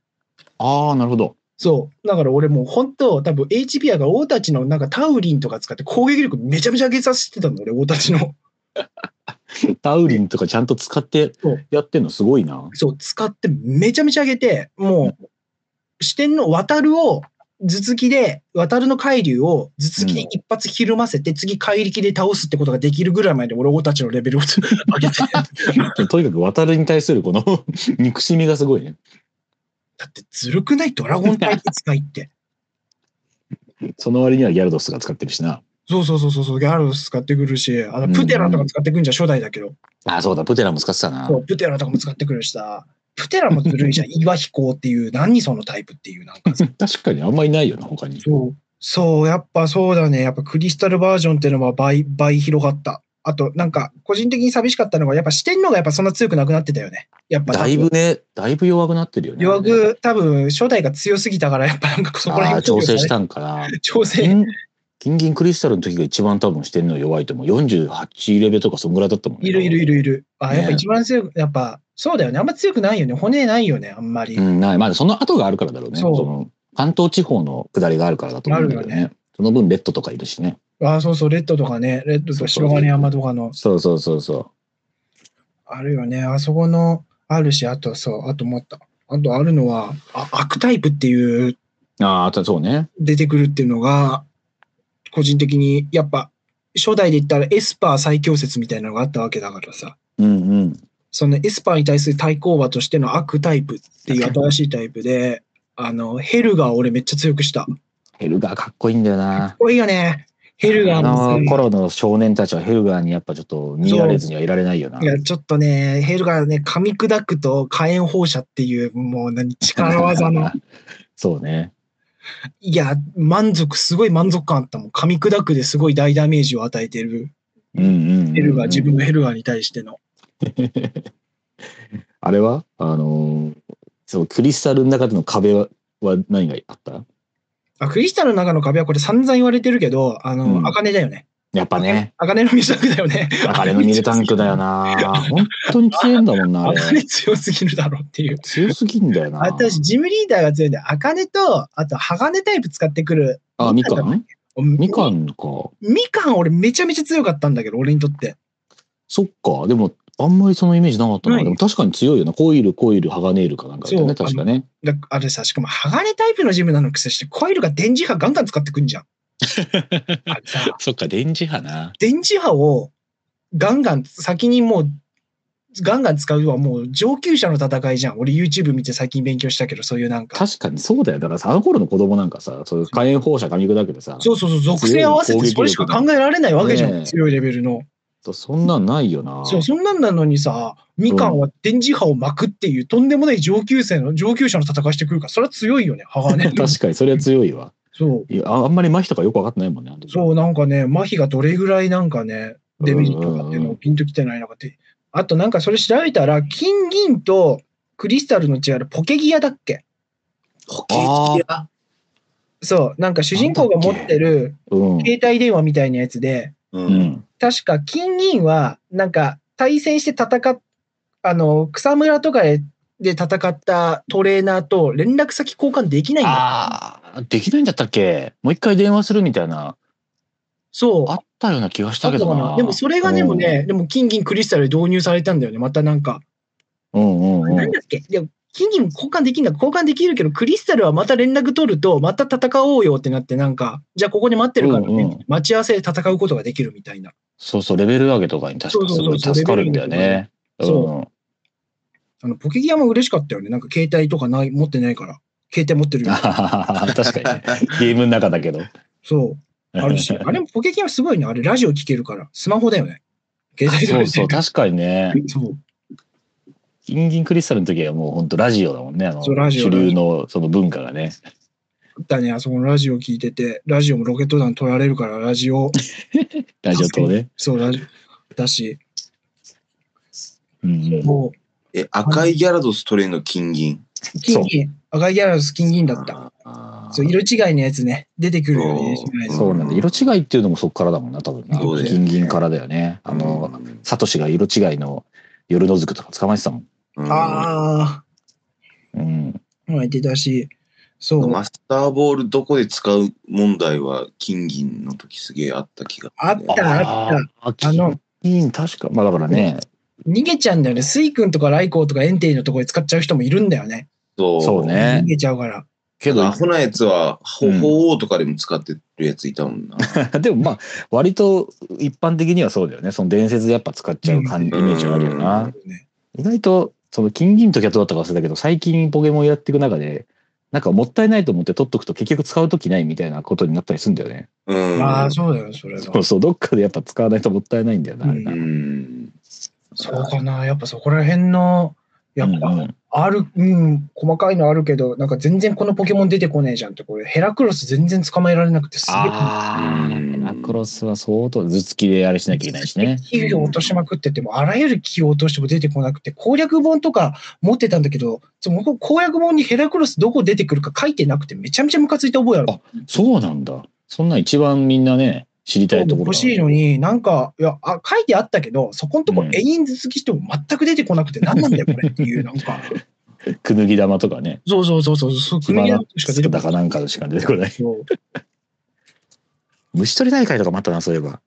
Speaker 3: ああ、なるほど。
Speaker 2: そう。だから俺もう本当、多分 HP やが王たちのなんかタウリンとか使って攻撃力めちゃめちゃ上げさせてたの、俺、王たちの。
Speaker 3: タウリンとかちゃんと使って
Speaker 2: そう
Speaker 3: やってんのすごいな。
Speaker 2: そう、使ってめちゃめちゃ上げて、もう、四天王、渡るを、頭突きで、渡るの海流を頭突きで一発ひるませて、次怪力で倒すってことができるぐらいまで 俺たちのレベルを上げて、だ
Speaker 3: とにかく渡るに対するこの 憎しみがすごいね。
Speaker 2: ってずるくないドラゴン隊使いって。
Speaker 3: その割にはギャルドスが使ってるしな。
Speaker 2: そうそうそうそうそう、ギャルス使ってくるし、あのプテラとか使ってくるんじゃん初代だけど、
Speaker 3: あ、そうだ、プテラも使ってたな
Speaker 2: そ。うプテラとかも使ってくるしさ、プテラもずるいじゃん、 岩飛行っていう、何そのタイプっていう、なんかさ
Speaker 3: 確かにあんまりないよな、他に。
Speaker 2: そう。そう、やっぱそうだね。やっぱクリスタルバージョンっていうのは倍、倍広がった。あと、なんか、個人的に寂しかったのが、やっぱ四天王がやっぱそんな強くなくなってたよね。やっぱ、
Speaker 3: だいぶね、だいぶ弱くなってるよね。
Speaker 2: 弱く、多分、初代が強すぎたから、やっぱなんかそこら
Speaker 3: ああー、
Speaker 2: 辺
Speaker 3: 調整したん かな。
Speaker 2: 調整。
Speaker 3: 金銀銀クリスタルの時が一番多分してんの弱いと思う。48レベルとかそんぐらいだったもんね。
Speaker 2: いるいるいるいる。あ、
Speaker 3: ね
Speaker 2: やっぱ一番強く、やっぱ、そうだよね。あんま強くないよね。骨ないよね、あんまり。
Speaker 3: うん、ない。まあ、その後があるからだろうね。
Speaker 2: そ
Speaker 3: そうの関東地方の下りがあるからだと思うんだけど
Speaker 2: ある
Speaker 3: ね。その分、レッドとかいるしね。
Speaker 2: あ、そうそう、レッドとかね。レッド
Speaker 3: そ
Speaker 2: と
Speaker 3: うそう
Speaker 2: 白金山とかの、
Speaker 3: そうそうそうそ
Speaker 2: あるよね。あそこの、あるし、あと、そう、あと思った。あとあるのは、あ悪タイプっていう
Speaker 3: う。ああ、あとそうね。
Speaker 2: 出てくるっていうのが、個人的にやっぱ、初代で言ったらエスパー最強説みたいなのがあったわけだからさ、
Speaker 3: うんうん。
Speaker 2: そのエスパーに対する対抗馬としての悪タイプっていう新しいタイプで、あの、ヘルガーを俺めっちゃ強くした。かっ
Speaker 3: ヘルガーかっこいいんだよな。
Speaker 2: こいいよね。ヘルガー
Speaker 3: あ
Speaker 2: もさ、。
Speaker 3: の頃の少年たちはヘルガーにやっぱちょっと逃げられずにはいられないよない
Speaker 2: や、ちょっとね、ヘルガーね、噛み砕くと火炎放射っていう、もう何、力技 の、。
Speaker 3: そうね。
Speaker 2: いや、満足、すごい満足感あったもん。噛み砕くですごい大ダメージを与えてる。
Speaker 3: うんうんうんうん
Speaker 2: ヘルガー、自分のヘルガーに対しての。
Speaker 3: あれはあのーそう、クリスタルの中での壁はは何があった
Speaker 2: あクリスタルの中の壁はこれ散々言われてるけど、あの、
Speaker 3: うん
Speaker 2: アカネだよね。
Speaker 3: やっぱね、
Speaker 2: アカネのミルタンクだよね。
Speaker 3: あれのミルタンク だよな。本当に強いんだもんな、あ
Speaker 2: ア
Speaker 3: れ。
Speaker 2: カネ強すぎるだろうっていう。
Speaker 3: 強すぎんだよな。
Speaker 2: 私、ジムリーダーが強いんで、アカネと、あと、鋼タイプ使ってくる。
Speaker 3: あ、みかんみか
Speaker 2: ん
Speaker 3: んか。
Speaker 2: みかん俺めちゃめちゃ強かったんだけど、俺にとって。
Speaker 3: そっか。でも、あんまりそのイメージなかった
Speaker 2: な
Speaker 3: な。
Speaker 2: い
Speaker 3: でも確かに強いよな。コイル、コイル、ハガネイルかなんかだった
Speaker 2: そう
Speaker 3: ね。確かね。
Speaker 2: だあれさ、しかも鋼タイプのジムなのにくせして、コイルが電磁波ガンガン使ってくんじ ゃん。あれさ、
Speaker 3: そっか、電磁波な。
Speaker 2: 電磁波をガンガン先にもうガンガン使うのはもう上級者の戦いじゃん俺 YouTube 見て最近勉強したけどそういうなんか
Speaker 3: 確かにそうだよ。だからさ、あの頃の子供なんかさ、そういう火炎放射噛み砕けてさ、
Speaker 2: そうそうそう属性合わせ
Speaker 3: 強い攻
Speaker 2: て
Speaker 3: 撃力
Speaker 2: それしか考えられないわけじゃん、
Speaker 3: ねえ
Speaker 2: 強いレベルの
Speaker 3: そそんなんないよな。
Speaker 2: そうそんなんなのにさみかんは電磁波を巻くっていうとんでもない上級生の上級者の戦いしてくるからそれは強いよね鋼
Speaker 3: 確かに、それは強いわ。
Speaker 2: そう
Speaker 3: いやああんまり麻痺とかよくわかってないもんね。あの時
Speaker 2: そうなんかね麻痺がどれぐらいなんかねデメリットかっていうのをピンときてないのかってあとなんかそれ調べたら金銀とクリスタルの違いポケギアだっけ
Speaker 1: ポ
Speaker 3: ケー
Speaker 2: そう、なんか主人公が持ってる
Speaker 3: うん。
Speaker 2: 携帯電話みたいなやつで、
Speaker 1: う。
Speaker 3: うんん。
Speaker 2: 確か金銀は、なんか対戦して戦っ、あの、草むらとかでで戦ったトレーナーと連絡先交換できないんだ。
Speaker 3: ああ、できないんだったっけもう一回電話するみたいな、
Speaker 2: そう。
Speaker 3: あったような気がし
Speaker 2: あ
Speaker 3: た
Speaker 2: った
Speaker 3: け
Speaker 2: か
Speaker 3: ど
Speaker 2: な
Speaker 3: な。
Speaker 2: でもそれがでもね、でも金銀クリスタルで導入されたんだよね。またなんか、
Speaker 3: うん、うんうんう
Speaker 2: なん
Speaker 3: ん。
Speaker 2: だっけでも金銀交換できんだ。交換できるけど、クリスタルはまた連絡取ると、また戦おうよってなって、なんか、じゃあここで待ってるからね、
Speaker 3: うんうん
Speaker 2: 待ち合わせで戦うことができるみたいな。
Speaker 3: そうそう、レベル上げとかに確かすごい助かるんだよね。
Speaker 2: そうそうそうレベル上げとか
Speaker 3: うん。
Speaker 2: あのポケギアも嬉しかったよね。なんか携帯とかない持ってないから。携帯持ってるよ
Speaker 3: あ。ははは確かにね。ゲームの中だ けど。
Speaker 2: そう。あ るし。あれもポケギアすごいね。あれラジオ聞けるから。スマホだよね。携帯
Speaker 3: そうそう、確かにね。
Speaker 2: そう。
Speaker 3: キンギンクリスタルの時はもう本当ラジオだもんね。あの
Speaker 2: そうラジオ
Speaker 3: 主流のその文化がね。
Speaker 2: だね。あそこのラジオ聞いてて、ラジオもロケット弾取られるから、ラジオ。
Speaker 3: ラジオとね。
Speaker 2: そう、ラジオ。だし、
Speaker 3: うんうん
Speaker 2: も
Speaker 1: え、赤いギャラドストレーンが金銀。
Speaker 2: う、金銀。赤いギャラルス金銀だった。
Speaker 3: あー
Speaker 2: そう、色違いのやつね。出てくるよね。
Speaker 1: そう
Speaker 2: 色違いのやつ
Speaker 3: そうなんだ。色違いっていうのもそこからだもんな、多分な。
Speaker 1: そうだよね
Speaker 3: ギンギンからだよね。あの、サトシが色違いの夜のずくとか捕まえてたもん。
Speaker 1: うん、あ
Speaker 2: あ
Speaker 3: うん。
Speaker 2: あ、はい、出たし、そう。
Speaker 1: マスターボールどこで使う問題は金銀の時すげえあった気が。
Speaker 2: あった、あった。
Speaker 3: あった。あ
Speaker 2: の
Speaker 3: の、キン確か。まあだからね、
Speaker 2: 逃げちゃうんだよね。スイ君とかライコーとかエンテイのところで使っちゃう人もいるんだよね。
Speaker 1: そう。
Speaker 3: そうね
Speaker 2: 逃げちゃうから。
Speaker 3: け
Speaker 1: ア
Speaker 3: ど、
Speaker 1: ホなやつは、ほ
Speaker 3: うん
Speaker 1: ほうとかでも使ってるやついたも んな。
Speaker 3: でもまあ、割と一般的にはそうだよね。その伝説でやっぱ使っちゃう感じ、
Speaker 1: うん
Speaker 3: イメージはあるよ
Speaker 2: な
Speaker 3: な。
Speaker 2: るね
Speaker 3: 意外と、その金銀とキャットだったか忘れたけど、最近ポケモンやっていく中で、なんかもったいないと思って取っとくと結局使うときないみたいなことになったりするんだよね。
Speaker 1: うん。
Speaker 2: ああ、そうだよね、それ
Speaker 3: そう
Speaker 2: は。
Speaker 3: そう、どっかでやっぱ使わないともったいないんだよな、あれな。
Speaker 1: う
Speaker 3: うん
Speaker 1: ん。
Speaker 2: そうかな、やっぱそこら辺の、やっぱ、
Speaker 3: うん
Speaker 2: ある、うん、細かいのあるけど、なんか全然このポケモン出てこねえじゃんって、これヘラクロス全然捕まえられなくてすげえ。
Speaker 3: あ
Speaker 1: うん
Speaker 3: あ、ラクロスは相当頭突きであれしなきゃいけないしね。
Speaker 2: 木を落としまくってても、あらゆる木を落としても出てこなくて、攻略本とか持ってたんだけど、その攻略本にヘラクロスどこ出てくるか書いてなくて、めちゃめちゃムカついた覚えある。
Speaker 3: あそうなんだ。そんなん一番みんなね、知りたいところだ
Speaker 2: 欲しいのに、なんか、いやあ、書いてあったけど、そこのとこ
Speaker 3: うん
Speaker 2: 永遠続きしても全く出てこなくて、何なんだよ、これっていう、なんか。
Speaker 3: くぬぎ玉とかね。
Speaker 2: そうそうそうそう、そう、
Speaker 3: 暇
Speaker 2: 組み合
Speaker 3: な
Speaker 2: わせしか
Speaker 3: つ
Speaker 2: 出て
Speaker 3: く
Speaker 2: こな
Speaker 3: だ
Speaker 2: い
Speaker 3: かなんかしか出てこない。
Speaker 2: そう
Speaker 3: 虫取り大会とかもあったな、そういえば。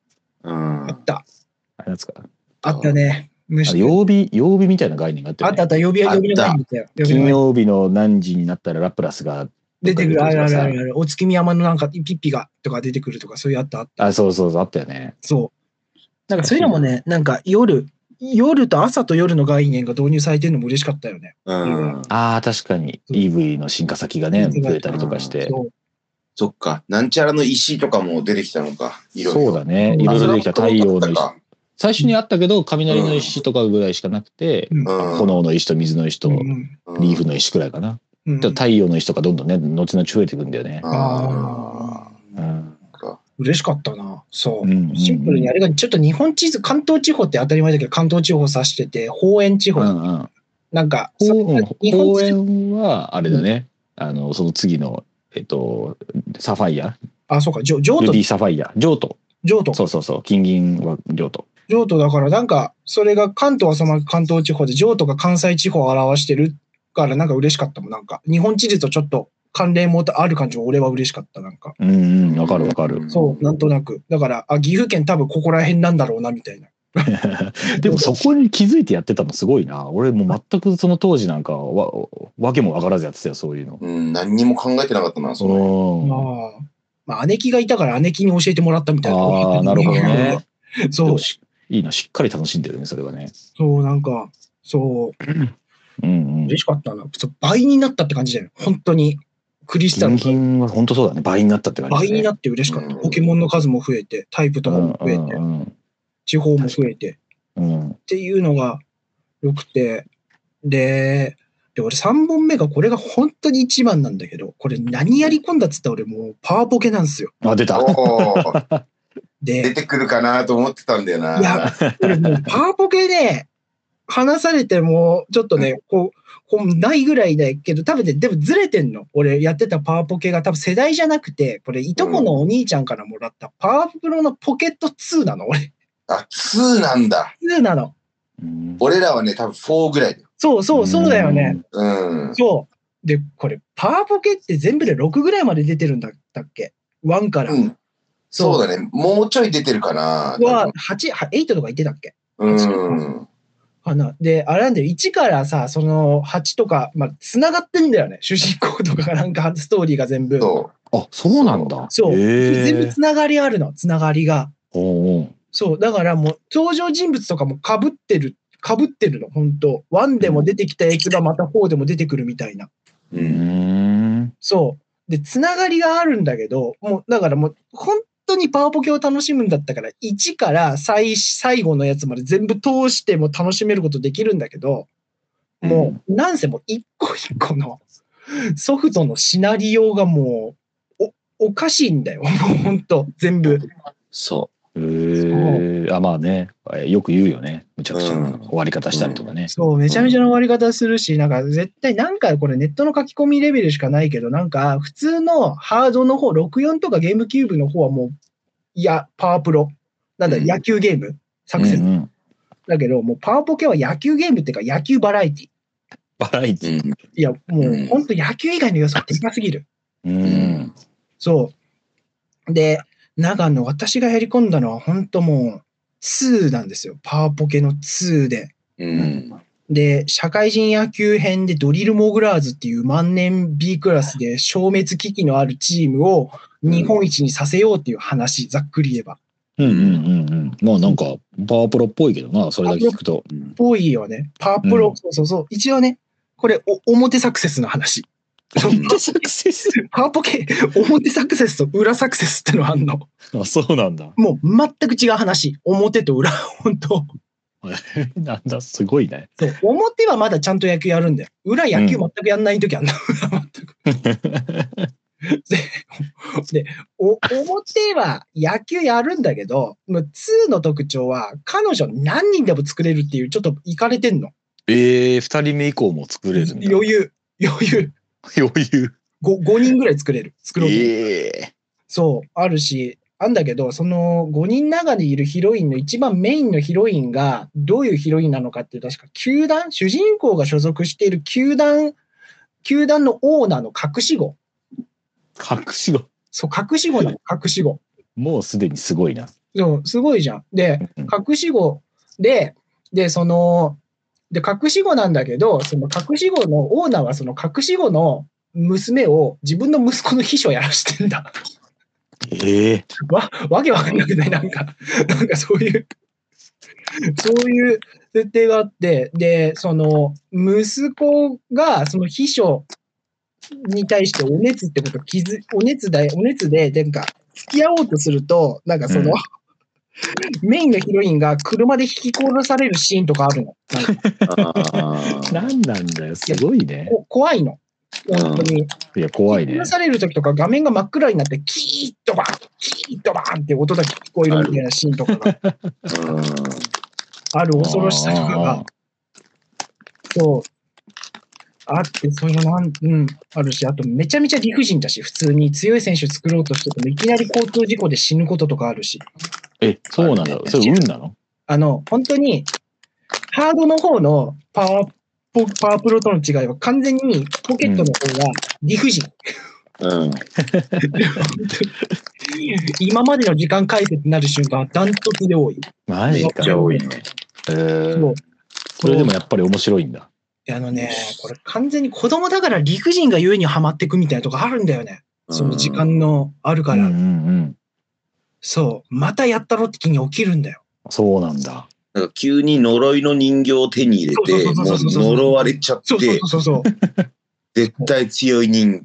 Speaker 1: うん
Speaker 2: あった。
Speaker 3: あれなんですか。
Speaker 2: あったね。む
Speaker 3: あ
Speaker 2: し
Speaker 3: 曜日、曜日みたいな概念があって、
Speaker 2: あったあった、呼び
Speaker 1: あった
Speaker 2: 呼びの前にいたよ。呼びの
Speaker 3: 金
Speaker 2: 前に
Speaker 3: 曜日の何時になったらラプラスが、
Speaker 2: 出てくる、あるあるあ
Speaker 3: と
Speaker 2: るある。お月見山のなんか、ピッピがとか出てくるとか、そういうあったあった。
Speaker 3: あ、そうそうそう、あったよね。
Speaker 2: そう。なんかそういうのもね、なんか夜、夜と朝と夜の概念が導入されてるのも嬉しかったよね。
Speaker 1: うん。
Speaker 3: ああ、確かに。
Speaker 2: そう
Speaker 3: EV の進化先がね、
Speaker 2: そう
Speaker 3: 増えたりとかして。
Speaker 2: そう
Speaker 1: そっか。なんちゃらの石とかも出てきたのか。いろいろ。
Speaker 3: そうだね。
Speaker 2: そう
Speaker 3: いろいろ出てきた太陽
Speaker 1: あそ
Speaker 3: の
Speaker 1: れは僕も買っ
Speaker 3: 石
Speaker 1: た。か
Speaker 3: 最初にあったけど、雷の石とかぐらいしかなくて、
Speaker 2: うん
Speaker 1: うん
Speaker 3: 炎の石と水の石と
Speaker 2: う
Speaker 3: リ
Speaker 2: ん
Speaker 3: ーフの石くらいかな。
Speaker 2: うん
Speaker 3: で太陽の石とかどんどんね、後々増えていくんだよね。
Speaker 1: あ
Speaker 2: あ
Speaker 3: う
Speaker 2: あ、
Speaker 3: ん。
Speaker 2: 嬉しかったな。そうう。
Speaker 3: ん
Speaker 2: シンプルにあれが、ちょっと日本地図、関東地方って当たり前だけど、関東地方指してて、方円地
Speaker 3: う
Speaker 2: 方、
Speaker 3: んうん。
Speaker 2: なんか、
Speaker 3: ほ
Speaker 2: そう
Speaker 3: うん
Speaker 2: 日本
Speaker 3: 公
Speaker 2: 地方
Speaker 3: 園は、あれだね、あの、その次の、えっと、サファイア、
Speaker 2: あ、そうか、譲渡
Speaker 3: ルビーサファイア、譲渡。
Speaker 2: 譲渡
Speaker 3: そうそうそう、金銀は譲渡。
Speaker 2: 譲渡だから、なんか、それが関東はその関東地方で、譲渡が関西地方を表してるから、なんか嬉しかったもん。なんか、日本地図とちょっと関連もある感じも俺は嬉しかった。なんか、
Speaker 3: うんうん、わかるわかる。
Speaker 2: そう、なんとなく。だから、あ、岐阜県多分ここら辺なんだろうな、みたいな。
Speaker 3: でもそこに気づいてやってたのすごいな。俺もう全くその当時なんかわ、わけもわからずやってたよ、そういうの。
Speaker 1: うん。何にも考えてなかったな、その。
Speaker 3: うん。
Speaker 2: まあ、まあ、姉貴がいたから姉貴に教えてもらったみたいな。
Speaker 3: ああ、なるほどね。。で
Speaker 2: そう
Speaker 3: も、しいいな、しっかり楽しんでるね、それはね。
Speaker 2: そう、なんか、そう、
Speaker 3: うんうん。
Speaker 2: 嬉しかったな。そう倍になったって感じだよ。本当に。クリスタル
Speaker 3: 金
Speaker 2: が
Speaker 3: 銀は本当そうだね、倍になったって感じ、ね。
Speaker 2: 倍になって嬉しかった。ポケモンの数も増えて、タイプとかも増えて、
Speaker 3: うん
Speaker 2: 地方も増えて。
Speaker 3: うんうん。
Speaker 2: っていうのが良くて、で、で、俺3本目がこれが本当に一番なんだけど、これ何やり込んだっつったら俺もうパワーポケなんですよ。
Speaker 3: うん。あ、出た。
Speaker 1: おー出
Speaker 2: で、
Speaker 1: てくるかなと思ってたんだよな。
Speaker 2: いや俺も うパワーポケで話されてもちょっとね、こう、こうないぐらいだけど、多分ね、でもずれてんの。俺やってたパワーポケが多分世代じゃなくて、これいとこのお兄ちゃんからもらったパワープロのポケット2なの、俺。
Speaker 1: あ、2なんだ。
Speaker 2: 2なの。
Speaker 3: うん
Speaker 1: 俺らはね、多分4ぐらいだよ。
Speaker 2: そうそう、そうだよね。
Speaker 1: うん。
Speaker 2: そう。で、これ、パワーポケって全部で6ぐらいまで出てるんだったっけ ?1 から。
Speaker 1: うん。そうだね。もうちょい出てるかな。
Speaker 2: は、8、は8とか言ってたっけ
Speaker 1: うん。
Speaker 2: かな。で、あれなんだよ、1からさ、その8とか、まあ、繋がってんだよね。主人公とかがなんか、ストーリーが全部。
Speaker 1: そ
Speaker 3: あ、そうなんだ。
Speaker 2: そう
Speaker 3: へえ
Speaker 2: 全部繋がりあるの、繋がりが。
Speaker 3: おうおう
Speaker 2: そう、だからもう、登場人物とかも被ってる、被ってるの、本当1でも出てきたやつがまた4でも出てくるみたいな。
Speaker 1: う。う
Speaker 3: うー
Speaker 1: ん。
Speaker 3: ん。
Speaker 2: そう。で、つながりがあるんだけど、もう、だからもう、本当にパワポケを楽しむんだったから、1から最最後のやつまで全部通しても楽しめることできるんだけど、もう、なんせもう一個一個のソフトのシナリオがもう、お、おかしいんだよ。もう本当全部。
Speaker 1: そ
Speaker 3: へえあ、まあね。えよく言うよね。むちゃくちゃ
Speaker 1: う
Speaker 3: なん終わり方したりとかね。
Speaker 2: そう、めちゃめちゃな終わり方するし、なんか絶対、なんかこれネットの書き込みレベルしかないけど、なんか普通のハードの方、64とかゲームキューブの方はもう、いや、パワープロ。なんだ、
Speaker 1: うん
Speaker 2: 野球ゲーム
Speaker 3: うん
Speaker 2: 作戦、
Speaker 3: うん
Speaker 2: だけど、もうパワーポケは野球ゲームっていうか野球バラエティ。
Speaker 3: バラエテ
Speaker 1: う。
Speaker 3: ィ
Speaker 1: うん。
Speaker 2: いや、も
Speaker 1: う
Speaker 2: うん本当野球以外の要素がでかすぎる。
Speaker 3: うん。
Speaker 2: そう。で、長野、私がやり込んだのは本当もう2なんですよ。パワーポケの2で。
Speaker 1: うん。
Speaker 2: で、社会人野球編でドリルモグラーズっていう万年 B クラスで消滅危機のあるチームを日本一にさせようっていう話、ざっくり言えば。
Speaker 3: うんうんうんうん。まあなんか、パワープロっぽいけどな、それだけ聞くと。
Speaker 2: 多いよね。パープロ、
Speaker 3: うん
Speaker 2: そうそうそう。一応ね、これ、お表サクセスの話。
Speaker 3: サクセス
Speaker 2: パワポケ、表サクセスと裏サクセスってのあんの。
Speaker 3: あ、そうなんだ。
Speaker 2: もう全く違う話。表と裏、本当
Speaker 3: なんだ、すごいね。
Speaker 2: そう。表はまだちゃんと野球やるんだよ。裏野球全くやんない時あんの。裏全く。 で、お表は野球やるんだけど、もう2の特徴は、彼女何人でも作れるっていう、ちょっといかれてんの。
Speaker 3: ええー、二人目以降も作れるんだ。
Speaker 2: 余裕、余裕。
Speaker 3: 余裕。
Speaker 2: 5, 5人ぐらい作れる。作ろうと思ったら
Speaker 3: ええ
Speaker 2: そう、あるし、あんだけど、その5人の中にいるヒロインの一番メインのヒロインが、どういうヒロインなのかっていう、確か球団、主人公が所属している球団、球団のオーナーの隠し子。
Speaker 3: 隠し子。
Speaker 2: そう、隠し子なの、隠し子。
Speaker 3: もうすでにすごいな。
Speaker 2: そう、すごいじゃん。で、
Speaker 3: うん
Speaker 2: 隠し子で、で、その、で、隠し子なんだけど、その隠し子のオーナーはその隠し子の娘を自分の息子の秘書やらしてんだ。
Speaker 3: ええ
Speaker 2: わ、わけわかんなくないなんか、なんかそういう、そういう設定があって、で、その、息子が、その秘書に対してお熱ってこと気づ、お熱だよ、お熱で、なんか、付き合おうとすると、なんかその、メインのヒロインが車で引き殺されるシーンとかあるの。なんか
Speaker 1: あー
Speaker 3: なんなんだよ、すごいね。
Speaker 2: こ怖いの。本当に。
Speaker 3: いや、怖いね
Speaker 2: 殺。される時とか画面が真っ暗になって、キーッとバーン、キーッとバーンって音だけ聞こえるみたいなシーンとかがある恐ろしさとかが、そう、あって、それもなん、うん、あるし、あとめちゃめちゃ理不尽だし、普通に強い選手作ろうとしてても、いきなり交通事故で死ぬこととかあるし、
Speaker 3: え、そうなんだ。それ運なの
Speaker 2: あの、本当に、ハードの方のパワーポ、パワープロとの違いは完全にポケットの方が理不尽。
Speaker 1: うんうん
Speaker 2: 今までの時間解説になる瞬間はダントツで多い。
Speaker 3: マ
Speaker 1: め
Speaker 3: ジ
Speaker 1: っ
Speaker 3: か
Speaker 1: ち。ゃ多いね。
Speaker 3: ええ
Speaker 2: そう
Speaker 3: それでもやっぱり面白いんだ。
Speaker 2: あのね、これ完全に子供だから理不尽がゆえにはまってくみたいなとこあるんだよね。その時間のある
Speaker 3: う
Speaker 2: か
Speaker 3: んうん
Speaker 2: ら。
Speaker 3: うん。
Speaker 2: そう。またやったろって気に起きるんだよ。
Speaker 3: そうなんだ。
Speaker 1: なんか急に呪いの人形を手に入れ
Speaker 2: そ
Speaker 1: て、
Speaker 2: うそう
Speaker 1: も
Speaker 2: そううそうそう
Speaker 1: 呪われちゃっ
Speaker 2: そうそう
Speaker 1: て、
Speaker 2: そうそう。
Speaker 1: 絶対強い人、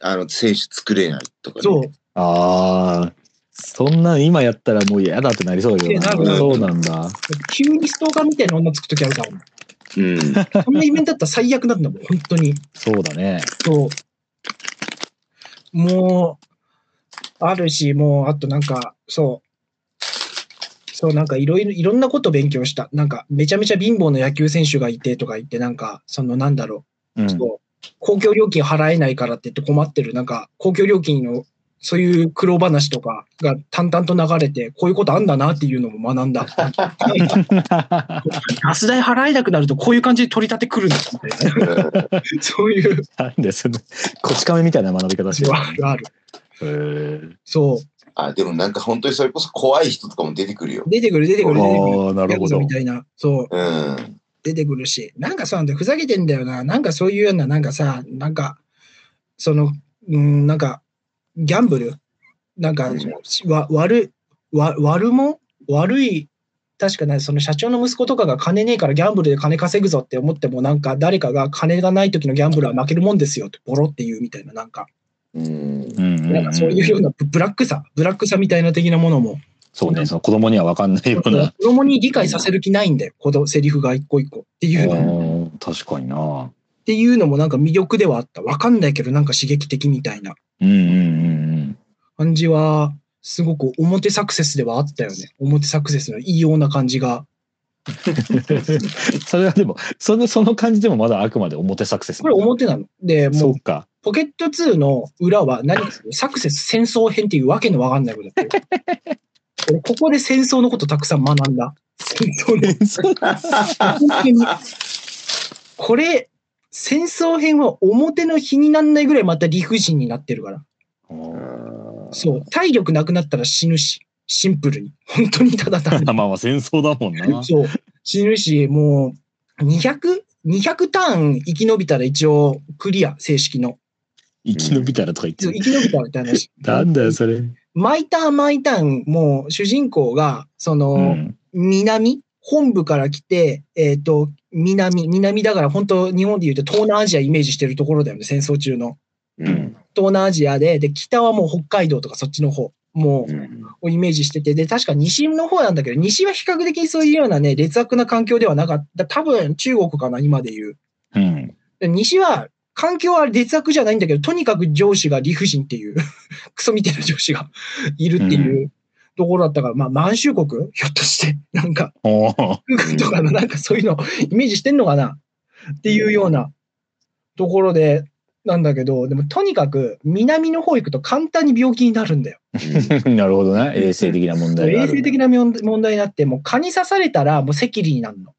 Speaker 1: あの、選手作れないとかね。
Speaker 2: そう。
Speaker 3: ああ、そんなん今やったらもう嫌だってなりそうだけど
Speaker 2: えな
Speaker 3: な。
Speaker 1: る
Speaker 3: そうなんだ。
Speaker 2: 急にストーカーみたいな女つくときあるから。
Speaker 1: うん。
Speaker 2: そんなイベントだったら最悪なんだもん、本当に。
Speaker 3: そうだね。
Speaker 2: そう。もう、あるし、もう、あとなんか、そう。そう、なんかいろいろ、いろんなこと勉強した。なんか、めちゃめちゃ貧乏な野球選手がいてとか言って、なんか、その、なんだろう。
Speaker 3: うん。
Speaker 2: そう公共料金払えないからって言って困ってる、なんか公共料金のそういう苦労話とかが淡々と流れて、こういうことあんだなっていうのも学んだ。 ガス代払えなくなるとこういう感じで取り立てくるんだみたいな。 そういう
Speaker 3: なんでその、こち亀みたいな学び方して
Speaker 2: の
Speaker 3: る。
Speaker 2: がある。
Speaker 3: へー
Speaker 2: そ
Speaker 1: あ、でもなんか本当にそれこそ怖い人とかも出てくるよ
Speaker 2: う。。出てくる、出てくる、出てくる。
Speaker 3: ああ、なる
Speaker 2: ヤ
Speaker 3: ほ
Speaker 2: クザ
Speaker 3: ど。
Speaker 2: みたいな。そう。
Speaker 1: うん。
Speaker 2: 出てくるし、なんかそうなんだよふざけてんだよな。なんかそういうような、なんかさ、なんか、その、うん、なんか、ギャンブルなんか、
Speaker 1: うん
Speaker 2: わ悪い、わ悪も悪い、確かね、その社長の息子とかが金ねえからギャンブルで金稼ぐぞって思っても、なんか誰かが金がない時のギャンブルは負けるもんですよって、ボロって言うみたいな、なんか、
Speaker 1: うん。
Speaker 3: うんうんうん
Speaker 2: なんかそういうようなブブラックさ、ブラックさみたいな的なものも、
Speaker 3: そうね、その子供には分かんないよう
Speaker 2: 子
Speaker 3: な。
Speaker 2: 供に理解させる気ないんだよ、このセリフが一個一個っていうのが
Speaker 3: うん確かにな。
Speaker 2: っていうのもなんか魅力ではあった。わかんないけどなんか刺激的みたいな
Speaker 3: うんうんうん
Speaker 2: 感じは、すごく表サクセスではあったよね。表サクセスの異様な感じが。
Speaker 3: うん。それはでも、そのその感じでもまだあくまで表サクセス。
Speaker 2: これ表なの。で、
Speaker 3: そ
Speaker 2: もう
Speaker 3: うか。
Speaker 2: ポケット2の裏は何かサクセス戦争編っていうわけのわかんないことだってる。俺ここで戦争のことたくさん学んだ。戦争の。本当にこれ、戦争編は表の比になんないぐらいまた理不尽になってるから。 そう、体力なくなったら死ぬし、シンプルに。本当にただ単に。
Speaker 3: まあまあ戦争だもんな。
Speaker 2: そう、死ぬし、もう、200 200ターン生き延びたら一応クリア、正式の。
Speaker 3: 生き延びたらとか言って。
Speaker 2: そう生き延びたらって話
Speaker 3: なん だよ、それ。
Speaker 2: 毎ターン毎ターン、もう主人公が、その、
Speaker 3: うん。
Speaker 2: 南、本部から来て、えっ、と、南、南だから本当日本で言うと東南アジアイメージしてるところだよね、戦争中の。
Speaker 1: うん。
Speaker 2: 東南アジアで、で、北はもう北海道とかそっちの方、も
Speaker 1: うん
Speaker 2: う、をイメージしてて、で、確か西の方なんだけど、西は比較的そういうようなね、劣悪な環境ではなかった。多分中国かな、今で言う。
Speaker 3: うん。
Speaker 2: で西は、環境は劣悪じゃないんだけど、とにかく上司が理不尽っていう、 クソみたいな上司がいるっていうところだったから、まあ、満州国ひょっとして、なんか、
Speaker 3: おー
Speaker 2: とかのなんかそういうのイメージしてんのかなっていうようなところで、なんだけど、でもとにかく南の方行くと簡単に病気になるんだよ。
Speaker 3: なるほどな。衛生的な問題があ
Speaker 2: 衛
Speaker 3: る。
Speaker 2: 生的な問問題になって、もう蚊に刺されたらもう赤痢になるの。
Speaker 3: うん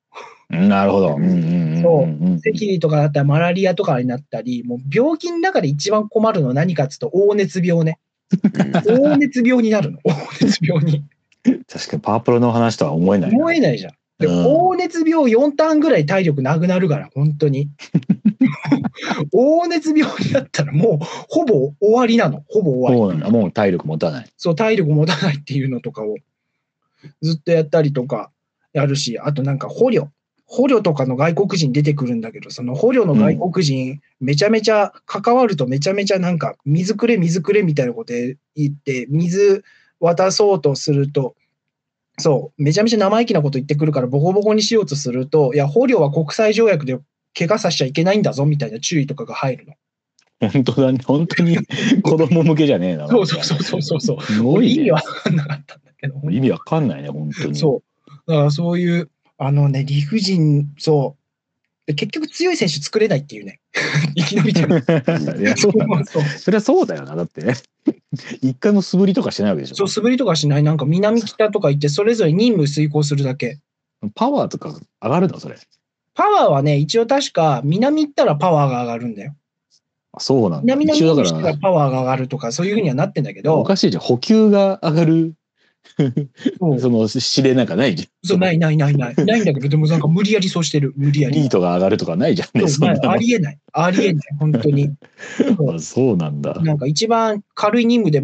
Speaker 3: なるほど。うんうん
Speaker 2: そうん
Speaker 3: んん
Speaker 2: 赤痢とかだったらマラリアとかになったり、もう病気の中で一番困るのは何かっていうと、黄熱病ね。黄熱病にな るの。黄熱病に。
Speaker 3: 確かにパワープロの話とは思えない。
Speaker 2: 思えないじゃん。で
Speaker 3: う
Speaker 2: 黄
Speaker 3: ん
Speaker 2: 熱病4ターンぐらい体力なくなるから、本当 に。 黄熱病になったらもうほぼ終わりなの。ほぼ終わり。
Speaker 3: そうなんだ。もう体力持たない。
Speaker 2: そう、体力持たないっていうのとかをずっとやったりとかやるし、あとなんか捕虜。捕虜とかの外国人出てくるんだけど、その捕虜の外国人、めちゃめちゃ関わるとめちゃめちゃなんか、水くれ水くれみたいなこと言って、水渡そうとすると、そう、めちゃめちゃ生意気なこと言ってくるから、ボコボコにしようとすると、いや、捕虜は国際条約で怪我させちゃいけないんだぞみたいな注意とかが入るの。
Speaker 3: 本当だね。本 当に子供向けじゃねえな。
Speaker 2: そうそうそうそうそうそう。
Speaker 3: すごい、
Speaker 2: 意味
Speaker 3: ね。
Speaker 2: わかんなかったんだけど、
Speaker 3: 意味わかんないね、本当に。
Speaker 2: そう。だからそういう、あのね、理不尽、そう。で結局強い選手作れないっていう ね。生き延びても。
Speaker 3: いや、そうなんだ。
Speaker 2: そう
Speaker 3: そりゃそうだよな。だってね。一回も素振りとかしてないわけでし
Speaker 2: そう、
Speaker 3: ょ。
Speaker 2: 素振りとかしない。なんか南北とか行って、それぞれ任務遂行するだけ。
Speaker 3: パワーとか上がるのそれ。
Speaker 2: パワーはね、一応確か南行ったらパワーが上がるんだよ。
Speaker 3: あそうなんだ。
Speaker 2: 南の
Speaker 3: 一
Speaker 2: 任
Speaker 3: 応
Speaker 2: 務
Speaker 3: だ
Speaker 2: した
Speaker 3: から
Speaker 2: ら、パワーが上がるとか、そういうふうにはなってんだけ
Speaker 3: お
Speaker 2: ど、
Speaker 3: かしいじゃん。補給が上がる、
Speaker 2: そう
Speaker 3: その指令なんかないじ
Speaker 2: そうないないないない。ないんだけど、でもなんか無理やりそうしてる。無理や
Speaker 3: ゃん。リー
Speaker 2: り。
Speaker 3: トが上がるとかないじゃん
Speaker 2: そ
Speaker 3: ね。
Speaker 2: う
Speaker 3: そんな
Speaker 2: ないありえない。ありえない。本当に。そう
Speaker 3: の。あそうなんだ。
Speaker 2: なんか一番軽い任務で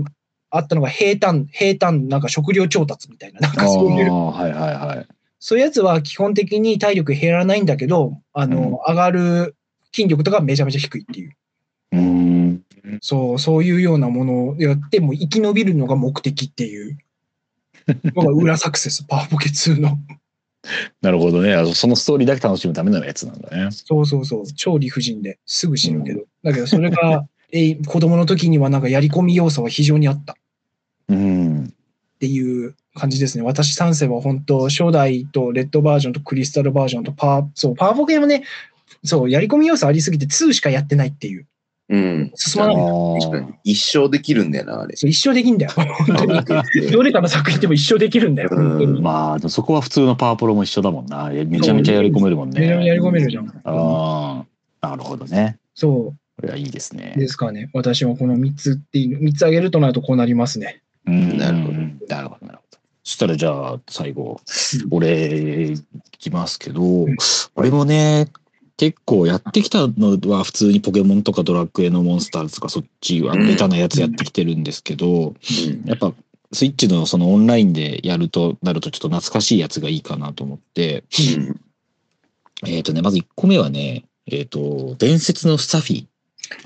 Speaker 2: あったのが平坦、平坦、なんか食料調達みたいな、なん
Speaker 3: あ
Speaker 2: か
Speaker 3: あ
Speaker 2: そういう、
Speaker 3: はいはいはい。
Speaker 2: そういうやつは基本的に体力減らないんだけど、あの、
Speaker 3: うん
Speaker 2: 上がる筋力とかめちゃめちゃ低いっていう、
Speaker 3: うーん。
Speaker 2: そう、そういうようなものをやって、もう生き延びるのが目的って いうのが裏サクセス、パワポケ2の。
Speaker 3: なるほどね。あそのストーリーだけ楽しむためのやつなんだね。
Speaker 2: そうそうそう、超理不尽ですぐ死ぬけど、だけどそれ が、えい子供の時にはなんかやり込み要素は非常にあった。
Speaker 3: うん。
Speaker 2: っていう感じですね。私3世は本当、初代とレッドバージョンとクリスタルバージョンとパワー、そう、パワーポケもね、そう、やり込み要素ありすぎて2しかやってないっていう。
Speaker 1: うん。
Speaker 2: 進まないんだよ。
Speaker 1: 確かに一生できるんだよな、あれ。
Speaker 2: そう一生できんだよ。本当に。どれかの作品でも一生できるんだよ。本当
Speaker 1: う
Speaker 2: に。
Speaker 1: ん
Speaker 3: まあ、でもそこは普通のパワープロも一緒だもんな。いやめちゃめちゃやり込めるもん
Speaker 2: めちゃめちゃ
Speaker 3: ね。
Speaker 2: やり込めるじゃん。
Speaker 3: ああ、なるほどね。
Speaker 2: そ
Speaker 3: これはいいです
Speaker 2: う
Speaker 3: ね
Speaker 2: で。すかね。私はこの3つっていう、3つあげるとなるとこうなりますね。
Speaker 3: うん
Speaker 1: なるほど
Speaker 3: なるほど、なるほど。そしたらじゃあ、最後、俺、いきますけど
Speaker 2: ん、
Speaker 3: 俺もね、結構やってきたのは普通にポケモンとかドラクエのモンスターズとかそっちは
Speaker 1: うん
Speaker 3: ベタなやつやってきてるんですけど、
Speaker 1: うん
Speaker 3: やっぱスイッチのそのオンラインでやるとなるとちょっと懐かしいやつがいいかなと思って、
Speaker 1: うん
Speaker 3: えっ、とね、まず1個目はね、えっ、と、伝説のスタフィーっ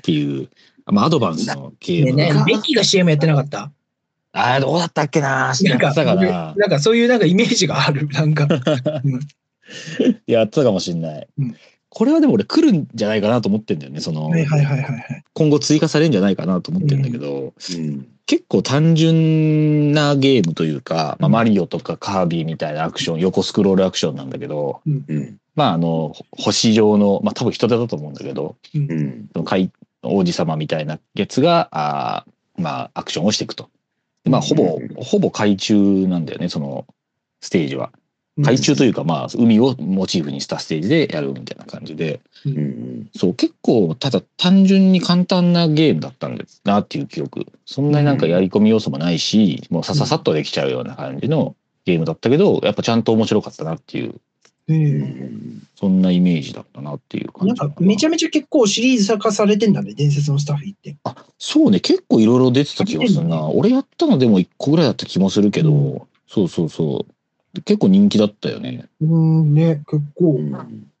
Speaker 3: ていう、まあアドバンスのゲ
Speaker 2: で
Speaker 3: ーム。
Speaker 2: ね、ベッキーが CM やってなかった
Speaker 3: ああ、どうだったっけなや
Speaker 2: な
Speaker 3: っ
Speaker 2: ん
Speaker 3: てた
Speaker 2: か、
Speaker 3: か
Speaker 2: 僕
Speaker 3: な
Speaker 2: なんかそういうなんかイメージがある。なんか、
Speaker 3: やってたかもしんない。
Speaker 2: うん
Speaker 3: これはでも俺来るんじゃないかなと思ってんだよね。その、
Speaker 2: はいはいはいはいはい。
Speaker 3: 今後追加されるんじゃないかなと思ってるんだけど、
Speaker 1: うん
Speaker 3: 結構単純なゲームというか、まあ、マリオとかカービィみたいなアクション、横スクロールアクションなんだけど、
Speaker 1: うん
Speaker 3: まああの、ほ星状の、まあ多分人手だと思うんだけど、
Speaker 2: うん
Speaker 1: うん
Speaker 3: その怪王子様みたいなやつが、あーまあアクションをしていくと。でまあほぼ
Speaker 1: うん、
Speaker 3: ほぼ海中なんだよね、そのステージは。
Speaker 2: うん
Speaker 3: 海中というか、まあ海をモチーフにしたステージでやるみたいな感じで、
Speaker 1: うん
Speaker 3: そう、結構、ただ単純に簡単なゲームだったんだなっていう記憶。そんなになんかやり込み要素もないし、もうさささっとできちゃうような感じのゲームだったけど、やっぱちゃんと面白かったなっていう
Speaker 2: うん
Speaker 3: そんなイメージだったなっていう感
Speaker 2: な
Speaker 3: じ
Speaker 2: んかめち
Speaker 3: ゃ
Speaker 2: ゃめちゃ結構シリーズ化されてんだね、伝説のスタッフィーって。
Speaker 3: あそうね結構いろいろ出てた気がするな俺やったのでも1個ぐらいだった気もするけど、
Speaker 2: う
Speaker 3: そうそうそう結構人気だったよね
Speaker 2: うん、ね、結構。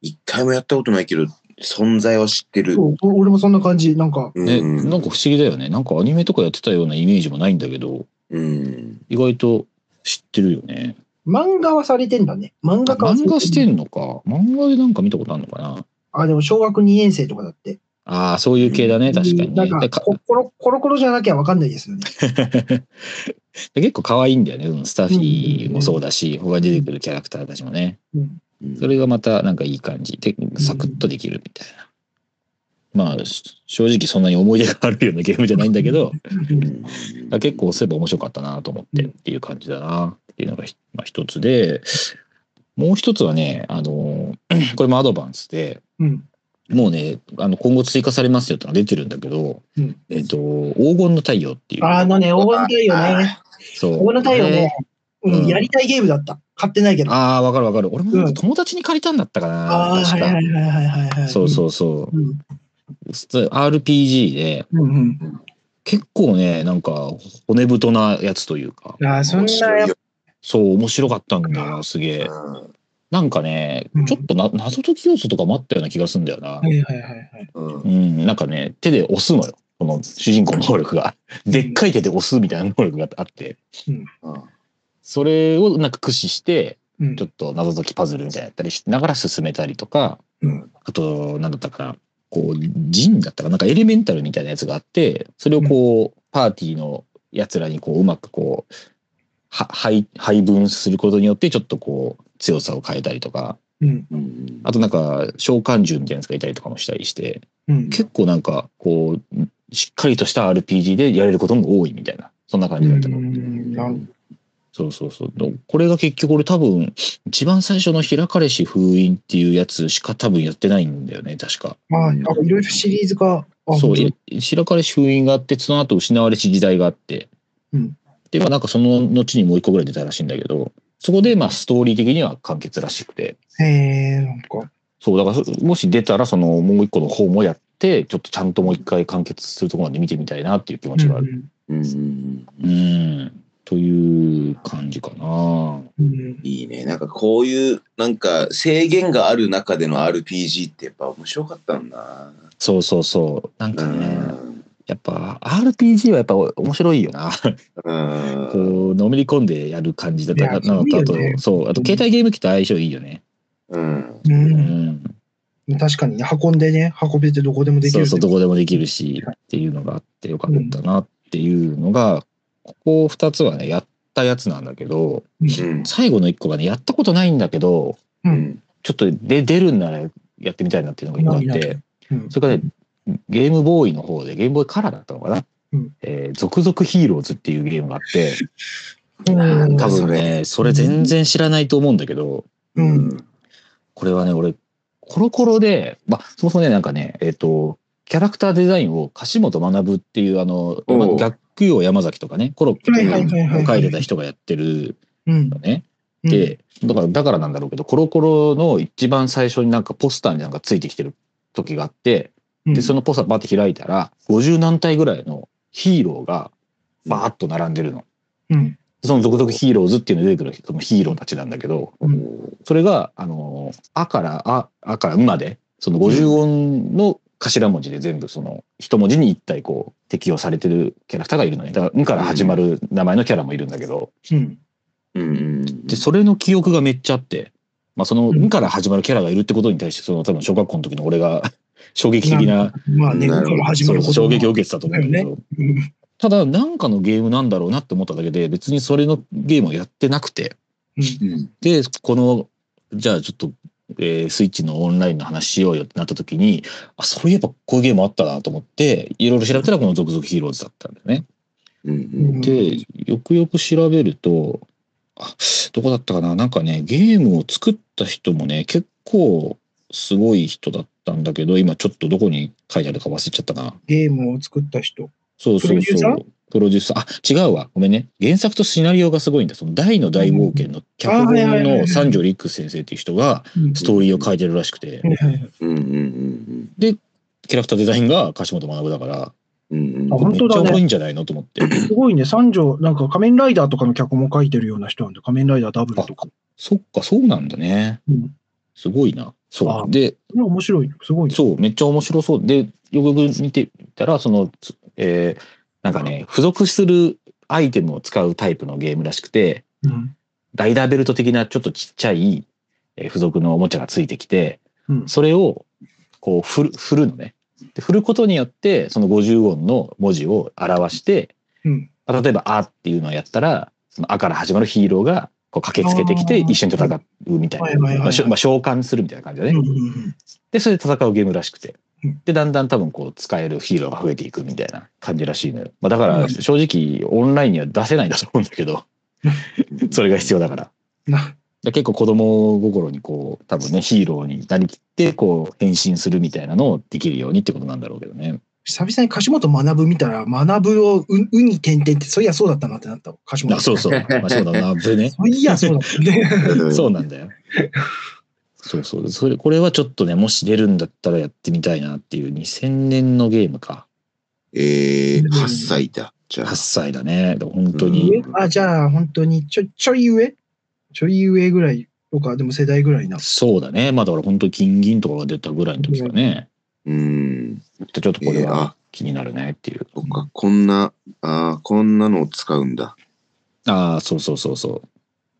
Speaker 1: 一回もやったことないけど、存在は知ってる。
Speaker 2: そう、お俺もそんな感じ。なんか、
Speaker 1: うん
Speaker 3: ね、なんか不思議だよねなんかアニメとかやってたようなイメージもないんだけど
Speaker 1: うん。
Speaker 3: 意外と知ってるよね
Speaker 2: 漫画はされてんだね。漫画化はさ
Speaker 3: 漫画して
Speaker 2: れてん
Speaker 3: んのか漫画でなんか見たことあるのかな
Speaker 2: あ、でも小学2年生とかだって。
Speaker 3: ああそういう系だね確かに
Speaker 2: な
Speaker 3: ね
Speaker 2: んか
Speaker 3: でか
Speaker 2: ココロ、コロコロじゃなきゃわかんないですよね。
Speaker 3: で結構可愛いんだよね、うんスタッフィーもそうだし、他に出てくるキャラクターたちもね。
Speaker 2: うん
Speaker 3: それがまたなんかいい感じで、サクッとできるみたいな。まあ、し正直そんなに思い出があるようなゲームじゃないんだけど、結構そういえば面白かったなと思ってっていう感じだなっていうのがひ、まあ、一つで、もう一つはね、あの、 これもアドバンスで、
Speaker 2: うん。
Speaker 3: もうね、あの今後追加されますよってのが出てるんだけど、
Speaker 2: うん
Speaker 3: えっと、黄金の太陽っていう。
Speaker 2: あのね、黄金太陽ね。
Speaker 3: そう
Speaker 2: 黄金太陽ね、う、
Speaker 3: うんん
Speaker 2: やりたいゲームだった。買ってないけど。あ
Speaker 3: ああ、わかるわかる。俺もなん
Speaker 2: うん
Speaker 3: か友達に借りたんだったかな。
Speaker 2: あー、は
Speaker 3: 確
Speaker 2: いはい
Speaker 3: か
Speaker 2: は。いはいはいはい。
Speaker 3: そうそうそ
Speaker 2: うん。
Speaker 3: う。そう RPG で、
Speaker 2: うん。うん
Speaker 3: 結構ね、なんか骨太なやつというか
Speaker 2: う、ん。ああ、そんなやっぱ、
Speaker 3: そう、面白かったんだな、すげえ。なんかね
Speaker 2: うん、
Speaker 3: ちょっとな謎解き要素とかもあったような気がするんだよな
Speaker 2: は。いはいはいはい。
Speaker 3: うん、なんかね、手で押すのよ。この主人公の能力が。でっかい手で押すみたいな能力があって、それをなんか駆使して、
Speaker 2: うん
Speaker 3: ちょっと謎解きパズルみたいなのやったりしながら進めたりとか、
Speaker 2: うん
Speaker 3: あと、なんだったかな、こう、ジンだったかな、なんかエレメンタルみたいなやつがあって、それをこう、パーティーのやつらにこう、うまくこう、は配配分することによって、ちょっとこう、強さを変えたりとか、
Speaker 2: うん。
Speaker 3: あとなんか、召喚獣みたいなやつがいたりとかもしたりして、
Speaker 2: うん。
Speaker 3: 結構なんか、こう、しっかりとした RPG でやれることも多いみたいな、そんな感じだったの。
Speaker 2: うんなる
Speaker 3: そうそうそう。でこれが結局俺多分、一番最初の開かれし封印っていうやつしか多分やってないんだよね、確か。
Speaker 2: まあ、あいろいろシリーズが。あ
Speaker 3: そう、
Speaker 2: 本
Speaker 3: い白彼氏封印があって、その後失われし時代があって、
Speaker 2: うん
Speaker 3: で、まあなんかその後にもう一個ぐらい出たらしいんだけど、そこでまあストーリー的には完結らしくて、
Speaker 2: 当へえ、なんか。
Speaker 3: そう、だからそもし出たらそのもう一個の方もやって、ちょっとちゃんともう一回完結するところまで見てみたいなっていう気持ちがある。うん、という感じかな。
Speaker 2: うんうん
Speaker 1: いいね。なんかこういう、なんか制限がある中での RPG ってやっぱ面白かったんだ
Speaker 3: そうそうそう。なん
Speaker 1: な。
Speaker 3: かね、やっぱ RPG はやっぱ面白いよな。
Speaker 1: うん。うん。
Speaker 3: こう、のめり込んでやる感じだった
Speaker 2: いや
Speaker 3: ななのと、あと
Speaker 2: いいよね、
Speaker 3: そう、あと携帯ゲーム機と相性いいよね。
Speaker 1: うん。
Speaker 2: う
Speaker 3: うんん。
Speaker 2: うん、確かにね、運んでね、運べてどこでもでき
Speaker 3: そ
Speaker 2: る。
Speaker 3: うそう、どこでもできるし、っていうのがあってよかったなっていうのが、ここ2つはね、やったやつなんだけど、
Speaker 1: うん
Speaker 3: 最後の1個がね、やったことないんだけど、
Speaker 2: う。
Speaker 1: うんん。
Speaker 3: ちょっとで出るんならやってみたいなっていうのが1個あっ
Speaker 2: いい
Speaker 3: て、
Speaker 2: うん
Speaker 3: それからね、ゲームボーイの方で、ゲームボーイカラーだったのかな
Speaker 2: うん。
Speaker 3: えー、続々ヒーローズっていうゲームがあって、
Speaker 2: うん
Speaker 3: 多分ね、それ全然知らないと思うんだけど、
Speaker 2: う。
Speaker 1: うんん。
Speaker 3: これはね、俺、コロコロで、まあ、そもそもね、なんかね、えっ、と、キャラクターデザインを樫本学っていう、あの、
Speaker 1: おう
Speaker 3: 逆用山崎とかね、コロッケ
Speaker 2: はい
Speaker 1: は
Speaker 2: はいい
Speaker 1: は
Speaker 2: はいはい。
Speaker 3: を書いてた人がやってる
Speaker 2: うん
Speaker 3: のね。で、だから、だからなんだろうけど、コロコロの一番最初になんかポスターになんかついてきてる時があって、で、そ
Speaker 2: の、
Speaker 3: のポスターバーって開いたら、50何体ぐらいのヒーローがバーッと並んでるの。
Speaker 2: うん。
Speaker 3: その続々ヒーローズっていうので出てくるそのヒーローたちなんだけど、それが、あのー、あから、あ、あから、うまで、その50音の頭文字で全部、その、一文字に一体こう、適用されてるキャラクターがいるのね。だから、んから始まる名前のキャラもいるんだけど、
Speaker 2: うん。
Speaker 1: うん。
Speaker 3: で、それの記憶がめっちゃあって、まあ、その、
Speaker 2: うん
Speaker 3: んから始まるキャラがいるってことに対して、その、多分、小学校の時の俺が、 衝撃的な、
Speaker 2: まあね、
Speaker 1: なるほど
Speaker 2: から始
Speaker 3: そ
Speaker 2: まる
Speaker 3: う
Speaker 2: こと。
Speaker 3: 衝撃を受けてたと思うんだけど、
Speaker 2: うん。
Speaker 3: ただ、なんかのゲームなんだろうなって思っただけで、別にそれのゲームをやってなくて、
Speaker 2: うん
Speaker 1: うん。
Speaker 3: で、この、じゃあちょっと、えースイッチのオンラインの話しようよってなった時に、あ、そういえばこういうゲームあったなと思って、いろいろ調べたらこの続々ヒーローズだったんだよね。
Speaker 1: うん。
Speaker 3: で、よくよく調べると、あ、どこだったかななんかね、ゲームを作った人もね、結構すごい人だったんだけど、今ちょっとどこに書いてあるか忘れちゃったな。
Speaker 2: ゲームを作った人。
Speaker 3: そう
Speaker 2: プ
Speaker 3: そう
Speaker 2: ロデューサー
Speaker 3: そう。プロデュース、あ、違うわ。ごめんね。原作とシナリオがすごいんだ。その大の大冒険の脚
Speaker 2: あーはいはい
Speaker 3: 本
Speaker 2: はいはい
Speaker 3: の三条陸先生っていう人がストーリーを書いてるらしくて、
Speaker 1: うんうんうん
Speaker 3: キャラクターデザインが柏本学だから、
Speaker 1: うんうん
Speaker 2: あ
Speaker 1: うん
Speaker 2: 本当だね
Speaker 3: めっちゃ多いんじゃないのと思って。
Speaker 2: すごいね、三条、なんか仮面ライダーとかの脚本も書いてるような人なんで、仮面ライダーダブルとか。
Speaker 3: そっか、そうなんだね。
Speaker 2: うん。
Speaker 3: すごいな。そ
Speaker 2: あ
Speaker 3: う。で、
Speaker 2: それは面白いね。すごいね。
Speaker 3: そう、めっちゃ面白そう。で、よくよく見てみたら、その、つえーなんかね、付属するアイテムを使うタイプのゲームらしくて、
Speaker 2: うん。
Speaker 3: ライダーベルト的なちょっとちっちゃいえー付属のおもちゃがついてきて、
Speaker 2: うん。
Speaker 3: それをこう振る振るのね。で振ることによって、その50音の文字を表して、
Speaker 2: うん。
Speaker 3: あ例えば、あっていうのをやったら、その、あから始まるヒーローが、こう、駆けつけてきて、
Speaker 2: あー
Speaker 3: 一緒に戦うみたい
Speaker 2: はいはいはいはい
Speaker 3: な。まあしょまあ、召喚するみたいな感じだね。
Speaker 2: うん
Speaker 3: で、それで戦うゲームらしくて
Speaker 2: うん。
Speaker 3: で、だんだん多分、こう、使えるヒーローが増えていくみたいな感じらしいのよ。まあ、だか
Speaker 2: うん
Speaker 3: ら、正直、オンラインには出せないんだと思うんだけど、それが必要だから。
Speaker 2: な
Speaker 3: で結構子供心にこう多分ねヒーローになりきってこう変身するみたいなのをできるようにってことなんだろうけどね。
Speaker 2: 久々に樫本学見たら、学をう、うに点々って、そういやそうだったなってなったわ。樫本。
Speaker 3: あそうそう。 まあそうだな。でね。
Speaker 2: そういやそうだったね。
Speaker 3: そうなんだよ。そうそう。それ、これはちょっとね、もし出るんだったらやってみたいなっていう2000年のゲームか。
Speaker 1: えー、8歳だ。じゃあ
Speaker 3: 8、歳だね。本当に。
Speaker 2: 上 あ、じゃあ、本当に、ちょ、ちょい上ちょい上ぐらいとか、でも世代ぐらいな。
Speaker 3: そうだね。まあだから本当に金銀とかが出たぐらいの時だね。
Speaker 1: うん。
Speaker 3: ちょっとこ
Speaker 1: え
Speaker 3: れ
Speaker 1: ー、
Speaker 3: は
Speaker 1: あ、
Speaker 3: 気になるねっていう。
Speaker 1: そっか、こんな、あーこんなのを使うんだ。
Speaker 3: ああ、そうそうそうそう。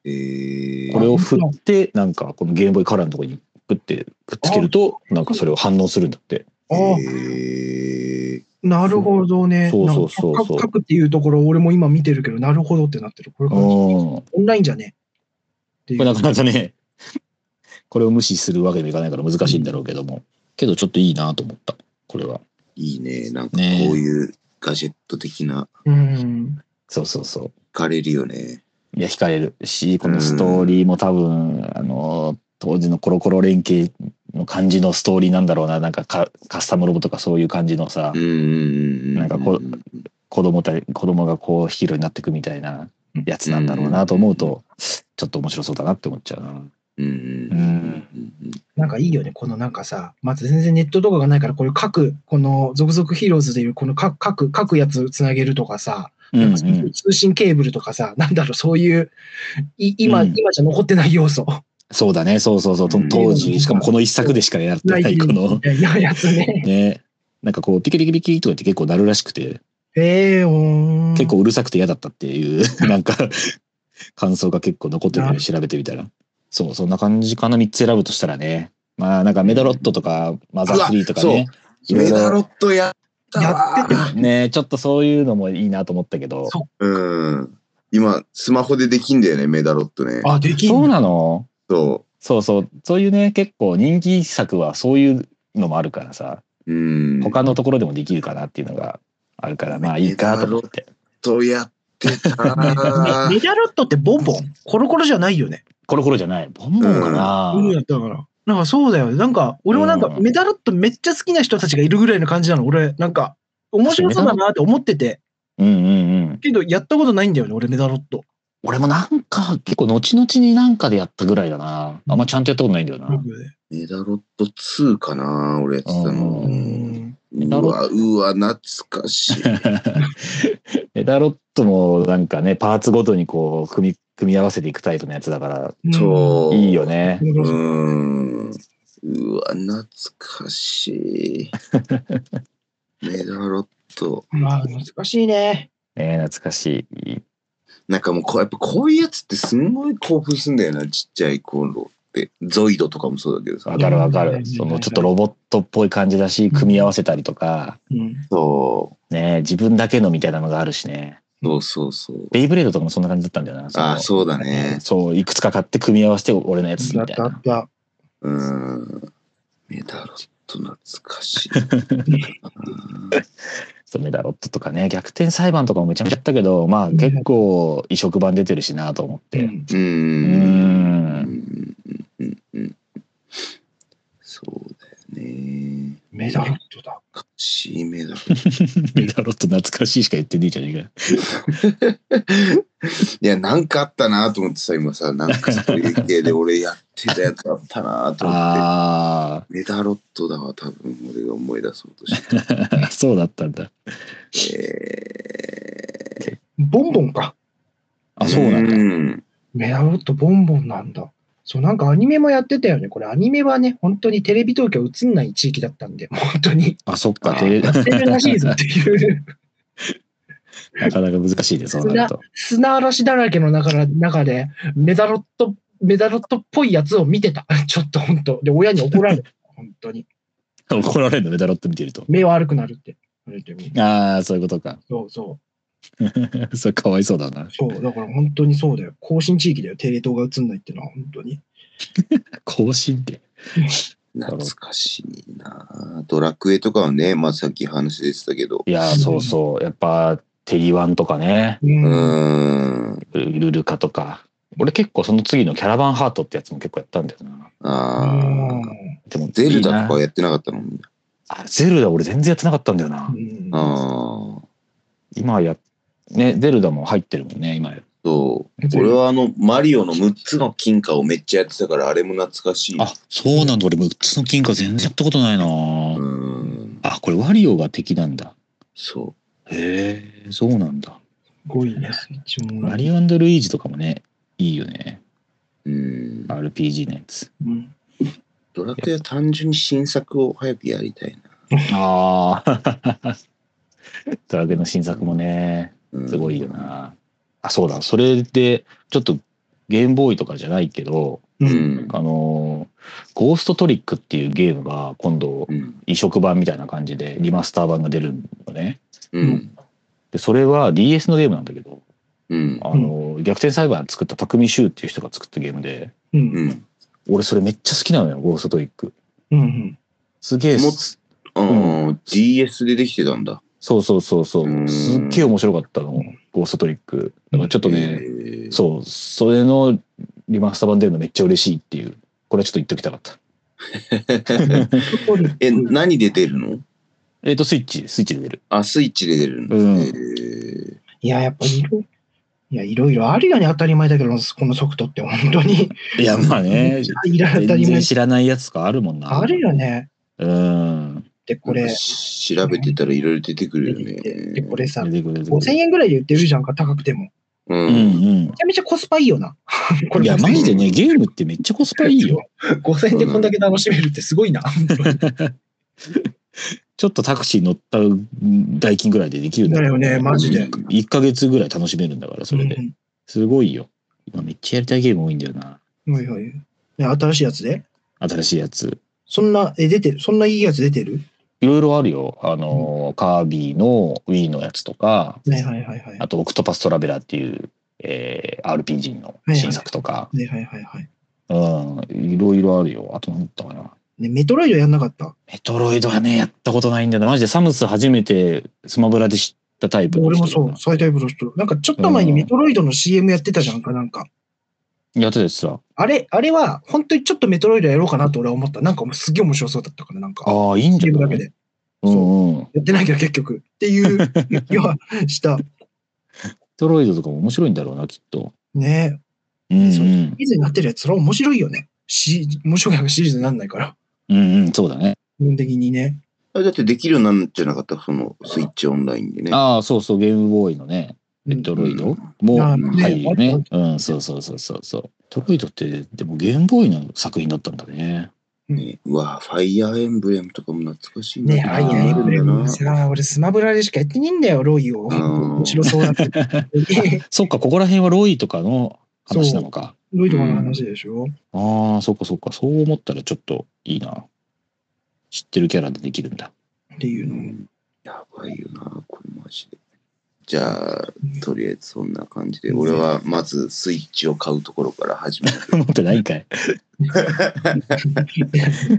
Speaker 1: えー、
Speaker 3: これを振って、なんかこのゲームボーイカラーのところにくってくっつけると、なんかそれを反応するんだって。
Speaker 2: ああ、
Speaker 1: えー、
Speaker 2: なるほどね。
Speaker 3: そうそうそう
Speaker 2: なんか
Speaker 3: そう
Speaker 2: か書くっていうところ、俺も今見てるけど、なるほどってなってる。これ
Speaker 3: うん。
Speaker 2: からオ
Speaker 3: こ
Speaker 2: ンラインじゃね。ってい
Speaker 3: れ
Speaker 2: う
Speaker 3: なかなかね、これを無視するわけにもいかないから難しいんだろうけども。けどちょっといいなと思った。これは。
Speaker 1: いいね。なんかこう
Speaker 3: ね
Speaker 1: いうガジェット的な、
Speaker 2: うん。
Speaker 3: そうそうそう。
Speaker 1: 惹かれるよね。
Speaker 3: いや、惹かれるし、このストーリーも多分、あの、当時のコロコロ連携の感じのストーリーなんだろうな。なんかカカスタムロボとかそういう感じのさ
Speaker 1: う、んうん。
Speaker 3: なんかこう子供た子供がこうヒーローになってくみたいなやつなんだろうなと思うと、ちょっと面白そうだなって思っちゃうな。
Speaker 1: うんうん
Speaker 3: うん
Speaker 1: うん
Speaker 2: なんかいいよね。このなんかさ、まず全然ネットとかがないから、これ書く、この続々ヒーローズでいう、この書く、書く、書くやつつなげるとかさ、
Speaker 3: うんうん、
Speaker 2: 通信ケーブルとかさ、 なんだろう、そういう、い今、
Speaker 3: うん
Speaker 2: 今じゃ残ってない要素。
Speaker 3: そうだね、そうそうそう、と
Speaker 1: うん
Speaker 3: 当時、しかもこの一作でしかやって ない、この、
Speaker 2: いややつね。
Speaker 3: ね、なんかこう、ピキピキピキとかって結構なるらしくて、
Speaker 2: ええー、おー
Speaker 3: 結構うるさくて嫌だったっていう、なんか、感想が結構残ってるので調べてみたら。そう、そんな感じかな、3つ選ぶとしたらね。まあ、なんかメダロットとか、マザー3とかね、いろ
Speaker 1: メ
Speaker 3: い
Speaker 1: ダ
Speaker 3: ろ
Speaker 1: ロットやったわ
Speaker 2: やってた。
Speaker 3: ね、ちょっとそういうのもいいなと思ったけど、
Speaker 2: そ
Speaker 1: うん。今、スマホでできんだよね、メダロットね。
Speaker 2: あ、でき
Speaker 3: そ
Speaker 2: んの
Speaker 3: うなの
Speaker 1: そ
Speaker 3: そうそう、そういうね、結構人気作はそういうのもあるからさ、
Speaker 1: う。うん。
Speaker 3: 他のところでもできるかなっていうのがあるから、まあいいかと思って。
Speaker 1: とやってた
Speaker 2: メ
Speaker 1: な。
Speaker 2: メダロットってボンボンコロコロじゃないよね。
Speaker 3: コロコロじゃない、ボンボンかな。
Speaker 2: うんやったから。なんかそうだよね。なんか、俺もなんか
Speaker 3: うん
Speaker 2: メダロットめっちゃ好きな人たちがいるぐらいの感じなの。俺、なんか、面白そうだなって思ってて。
Speaker 3: うんうんうん。
Speaker 2: けど、やったことないんだよね、俺、メダロット。
Speaker 3: 俺もなんか、結構後々になんかでやったぐらいだな。あんまちゃんとやったことないんだよ な。
Speaker 1: メダロット2かな、俺やってたの。
Speaker 3: う
Speaker 2: うん
Speaker 1: うわ、うわ、懐かしい。
Speaker 3: メダロットもなんかね、パーツごとにこう、組み、組み合わせていくタイプのやつだから、
Speaker 1: そう。
Speaker 3: いいよね。
Speaker 2: メダロット
Speaker 1: うん。うわ、懐かしい。 メダロット。
Speaker 2: まあ、難しいね。
Speaker 3: ね懐かしい。
Speaker 1: なんかもうこう、やっぱこういうやつってすんごい興奮すんだよな、ちっちゃい頃って。ゾイドとかもそうだけどさ
Speaker 3: わ。かるわかる。そのちょっとロボットっぽい感じだし、組み合わせたりとか。
Speaker 2: うん。
Speaker 1: そ
Speaker 3: ね自分だけのみたいなのがあるしね。
Speaker 1: う。そうそうそう。
Speaker 3: ベイブレードとかもそんな感じだったんだよな。その
Speaker 1: あ、そうだね。
Speaker 3: そう、いくつか買って組み合わせて俺のやつ
Speaker 2: だ
Speaker 3: み
Speaker 2: った
Speaker 3: い
Speaker 2: たあ
Speaker 3: な。
Speaker 2: った。
Speaker 1: うん。メダロット懐か しい。
Speaker 3: そうメダロットとかね、逆転裁判とかもめちゃめちゃやったけど、まあ結構移植版出てるしなと思っ
Speaker 2: う
Speaker 3: て。
Speaker 2: ん
Speaker 1: う。う
Speaker 3: うん。
Speaker 1: んんうんうんうんうんそうだよね。
Speaker 2: メダロットだ。
Speaker 1: C メダル。
Speaker 3: メダロット懐かしいしか言ってねえじゃねえかよ。
Speaker 1: いや、なんかあったなと思ってさ、今さ、なんかそういう系で俺やってたやつあったなと思って。
Speaker 3: あ
Speaker 1: メダロットだわ、多分俺が思い出そうとし
Speaker 3: あ、そうだったんだ。
Speaker 1: て。えー
Speaker 2: ボンボンか。
Speaker 3: あ、そうなんだ。
Speaker 1: ん
Speaker 2: メダロットボンボンなんだ。そう、なんかアニメもやってたよね。これアニメはね、本当にテレビ東京映んない地域だったんで、本当に。
Speaker 3: あ、そっか。テレ
Speaker 2: や
Speaker 3: な
Speaker 2: ってるらしいぞっていう。
Speaker 3: かなか難しいで、そうなると。
Speaker 2: 砂嵐だらけの中中で、メダロット、メダロットっぽいやつを見てた。ちょっと本当。で、親に怒られた。本当に。
Speaker 3: 怒られるの、メダロット見てると。
Speaker 2: 目悪くなるって。それでも
Speaker 3: ああ、そういうことか。
Speaker 2: そうそ
Speaker 3: それかわいそうだな
Speaker 2: う。。そう、だから本当にそうだよ。更新地域だよ。テレ東が映んないってのは本当に。
Speaker 3: 更新って。
Speaker 1: 懐かしいなドラクエとかはね、まあさっき話出てたけど。
Speaker 3: いやー、そうそう。やっぱ、テリワンとかね、
Speaker 2: う。
Speaker 1: うんーん。
Speaker 3: ルルカとか。俺結構その次のキャラバンハートってやつも結構やったんだよな。
Speaker 1: ああ。
Speaker 3: でも
Speaker 1: ゼルダとか
Speaker 3: い
Speaker 1: は
Speaker 3: いな
Speaker 1: やってなかったのに。
Speaker 3: あ、ゼルダ俺全然やってなかったんだよな。
Speaker 2: うん
Speaker 1: ああ。
Speaker 3: 今や、ね、ゼルダも入ってるもんね、今。
Speaker 1: そう。俺はあの、マリオの6つの金貨をめっちゃやってたから、あれも懐かしい。
Speaker 3: あ、そうなんだ。俺6つの金貨全然やったことないな、
Speaker 1: うーん。
Speaker 3: あ、これワリオが敵なんだ。
Speaker 1: そ
Speaker 3: へえ、そうなんだ。
Speaker 2: すごいね、スイッチも。
Speaker 3: マリオルイージとかもね、いいよね。
Speaker 1: う。うん。
Speaker 3: RPG のやつ。
Speaker 2: うん
Speaker 1: ドラクエは単純に新作を早くやりたいな。
Speaker 3: ああ。 ドラクエの新作も
Speaker 1: う
Speaker 3: ね、
Speaker 1: ん
Speaker 3: すごいよ。な。あ、そうだ。それで、ちょっとゲームボーイとかじゃないけど、
Speaker 1: う
Speaker 2: うん
Speaker 1: ん。
Speaker 3: あのーゴーストトリックっていうゲームが今度
Speaker 1: うん。
Speaker 3: 移植版みたいな感じでリマスター版が出るのね。
Speaker 1: うん。
Speaker 3: で、それは DS のゲームなんだけど、
Speaker 1: うん。
Speaker 3: あのー逆転裁判作った匠柊っていう人が作ったゲームで、
Speaker 2: う
Speaker 1: うんん。
Speaker 3: 俺それめっちゃ好きなのよ、ゴーストトリック。
Speaker 2: うん
Speaker 3: すげえ、
Speaker 1: もっ
Speaker 3: そ
Speaker 1: ああ、DS でできてたんだ。
Speaker 3: うそうそうそうう、
Speaker 1: ん
Speaker 3: すっげえ面白かったの、ゴーストトリック。だからちょっとね、
Speaker 1: えー
Speaker 3: そう、それのリマスター版出るのめっちゃ嬉しいっていう、これはちょっと言っときたかった。
Speaker 1: え、何で出るの
Speaker 3: えっ、と、スイッチ、スイッチで出る。
Speaker 1: あ、スイッチで出るの。
Speaker 3: うん
Speaker 1: え
Speaker 2: いや、やっぱいろいや、いろいろあるよね、当たり前だけど、このソフトって本当に。
Speaker 3: いや、まあね、
Speaker 2: いろいろ当た
Speaker 3: 全
Speaker 2: り前
Speaker 3: 然。知らないやつとかあるもんな。
Speaker 2: あるよね。
Speaker 3: うん。
Speaker 2: で、こ
Speaker 1: ー
Speaker 2: れ、
Speaker 1: し調べてたらいろいろ出てくるよ
Speaker 2: で、
Speaker 1: ね。
Speaker 2: これさ、
Speaker 3: 出てくる出てくる
Speaker 2: 5000円ぐらいで売ってるじゃんか、高くても。め
Speaker 1: う
Speaker 3: うん
Speaker 1: ん。
Speaker 2: ちゃめちゃコスパいいよな。 こ
Speaker 3: うん。
Speaker 2: れ
Speaker 3: いや、
Speaker 2: 5000
Speaker 3: マジでね、ゲームってめっちゃコスパいいよ。
Speaker 2: 5000円でこんだけ楽しめるってすごいな。
Speaker 3: ちょっとタクシー乗った代金ぐらいでできるんだ
Speaker 2: だよね、マジで。
Speaker 3: 1ヶ月ぐらい楽しめるんだから、それ
Speaker 2: う
Speaker 3: で。
Speaker 2: ん
Speaker 3: すごいよ。今めっちゃやりたいゲーム多いんだよな。
Speaker 2: はいはい。ね新しいやつで
Speaker 3: 新しいやつ。
Speaker 2: そんな、え、出てるそんないいやつ出てる
Speaker 3: いろいろあるよ。あの、カービィの Wii のやつとか、
Speaker 2: はいはいはいはい。
Speaker 3: あと、オクトパストラベラーっていう、えー RPG の新作と
Speaker 2: は
Speaker 3: か、
Speaker 2: いはいはいはい。
Speaker 3: うん、いろいろあるよ。あと、なんだったかな。
Speaker 2: ね、メトロイドやんなかった
Speaker 3: メトロイドはね、やったことないんだよな。マジでサムス初めてスマブラで知ったタイプの
Speaker 2: 俺
Speaker 3: 人
Speaker 2: もそう、最大ブロスト。なんかちょっと前にメトロイドの CM やってたじゃんか、なんか。
Speaker 3: やってたやつさ。
Speaker 2: あれ、あれは、本当にちょっとメトロイドやろうかなと俺は思った。なんかもうすっげえ面白そうだったから、なんか。
Speaker 3: ああ、いいんじゃ
Speaker 2: CM だ
Speaker 3: な
Speaker 2: け
Speaker 3: い
Speaker 2: で。
Speaker 3: うんうん。メ
Speaker 2: やってないけど結局。っていう気はした。
Speaker 3: トロイドとかも面白いんだろうな、きっと。
Speaker 2: ね
Speaker 3: うんう
Speaker 2: そ
Speaker 3: ん。
Speaker 2: え。以前になってるやつ、それは面白いよね。し、面白いがシリーズになんないから。
Speaker 3: うんうん、そうだね。
Speaker 2: 基本的にね。
Speaker 1: あれだってできるようになんじゃなかったそのスイッチオンラインでね。
Speaker 3: ああ、そうそう、ゲームボーイのね、
Speaker 2: う
Speaker 3: メ
Speaker 2: ん
Speaker 3: トロイ
Speaker 2: う
Speaker 3: ド
Speaker 2: ん
Speaker 3: も
Speaker 2: あ
Speaker 1: ー
Speaker 3: 入るよ
Speaker 2: ね
Speaker 3: ね。うん、そうそうそうそうそう。メトロイドって、でもゲームボーイの作品だったんだね。
Speaker 1: ねうわ、ファイアーエンブレムとかも懐かしいな
Speaker 2: ねああいう
Speaker 3: ブレ
Speaker 2: のさあ、俺スマブラでしかやってねえんだよ、ロイを。
Speaker 1: うん
Speaker 2: 面白そうだって。
Speaker 3: そっか、ここら辺はロイとかの話なのか。
Speaker 2: ロイとかの話でしょ。
Speaker 3: ああ、そっかそっか。そう思ったらちょっといいな。知ってるキャラでできるんだ。
Speaker 2: っていうのも。
Speaker 1: やばいよな、これマジで。じゃあ、とりあえずそんな感じで、俺はまずスイッチを買うところから始める。
Speaker 3: 持ってないんかい。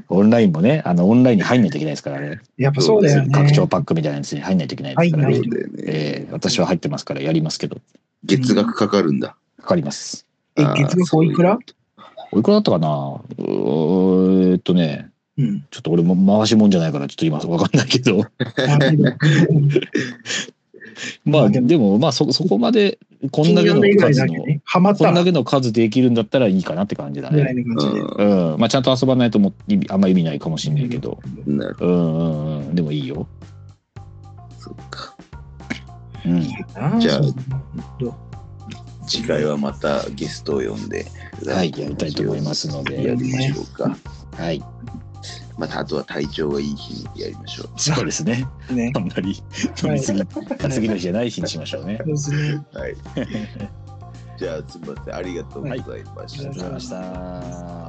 Speaker 3: オンラインもね、あの、オンラインに入んないといけないですからね。
Speaker 2: やっぱそうだよね。
Speaker 3: 拡張パックみたいなやつに入んないといけないですから
Speaker 2: 入ん
Speaker 3: ね
Speaker 2: な
Speaker 1: そ。だ
Speaker 2: いう
Speaker 1: よね
Speaker 3: ええ私は入ってますからやりますけど、
Speaker 1: 月額かかるんだ。
Speaker 3: かかります。
Speaker 2: え
Speaker 1: あー
Speaker 2: 月額おいくら
Speaker 1: そういうこと
Speaker 3: おいくらだったかなうーえっとね、
Speaker 2: うん。
Speaker 3: ちょっと俺も回しもんじゃないからちょっと今わかんない けどまあでもまあそそこまでこんだけの
Speaker 2: 以外
Speaker 3: 数
Speaker 2: だけ
Speaker 3: の
Speaker 2: ね、ハマっ
Speaker 3: こ
Speaker 2: た
Speaker 3: ん
Speaker 2: ら
Speaker 3: だけの数できるんだったらいいかなって感じだ
Speaker 2: ぐらい
Speaker 3: ね。
Speaker 2: の
Speaker 1: う
Speaker 2: 感じで。
Speaker 1: ん
Speaker 3: うんまあ、ちゃんと遊ばないともう意味あんま意味ないかもしれないけど、
Speaker 1: なる
Speaker 3: うんうんうん、でもいいよ。
Speaker 1: そっか
Speaker 3: うん、
Speaker 1: じゃあ
Speaker 2: そう
Speaker 1: 次回はまたゲストを呼んで
Speaker 3: はい、やりたいと思いますの
Speaker 1: や
Speaker 3: で、
Speaker 1: りましょうか、
Speaker 3: はい、
Speaker 1: またあとは体調がいい日にやりましょう
Speaker 3: そうですね。
Speaker 2: ね
Speaker 3: あ。んまり飲みすぎ、 次の日じゃない日にしましょうね
Speaker 2: そ。うですね。
Speaker 1: はい。じゃあ、すみません。ありがとうございまし
Speaker 3: あり
Speaker 1: た。
Speaker 3: がとうございました。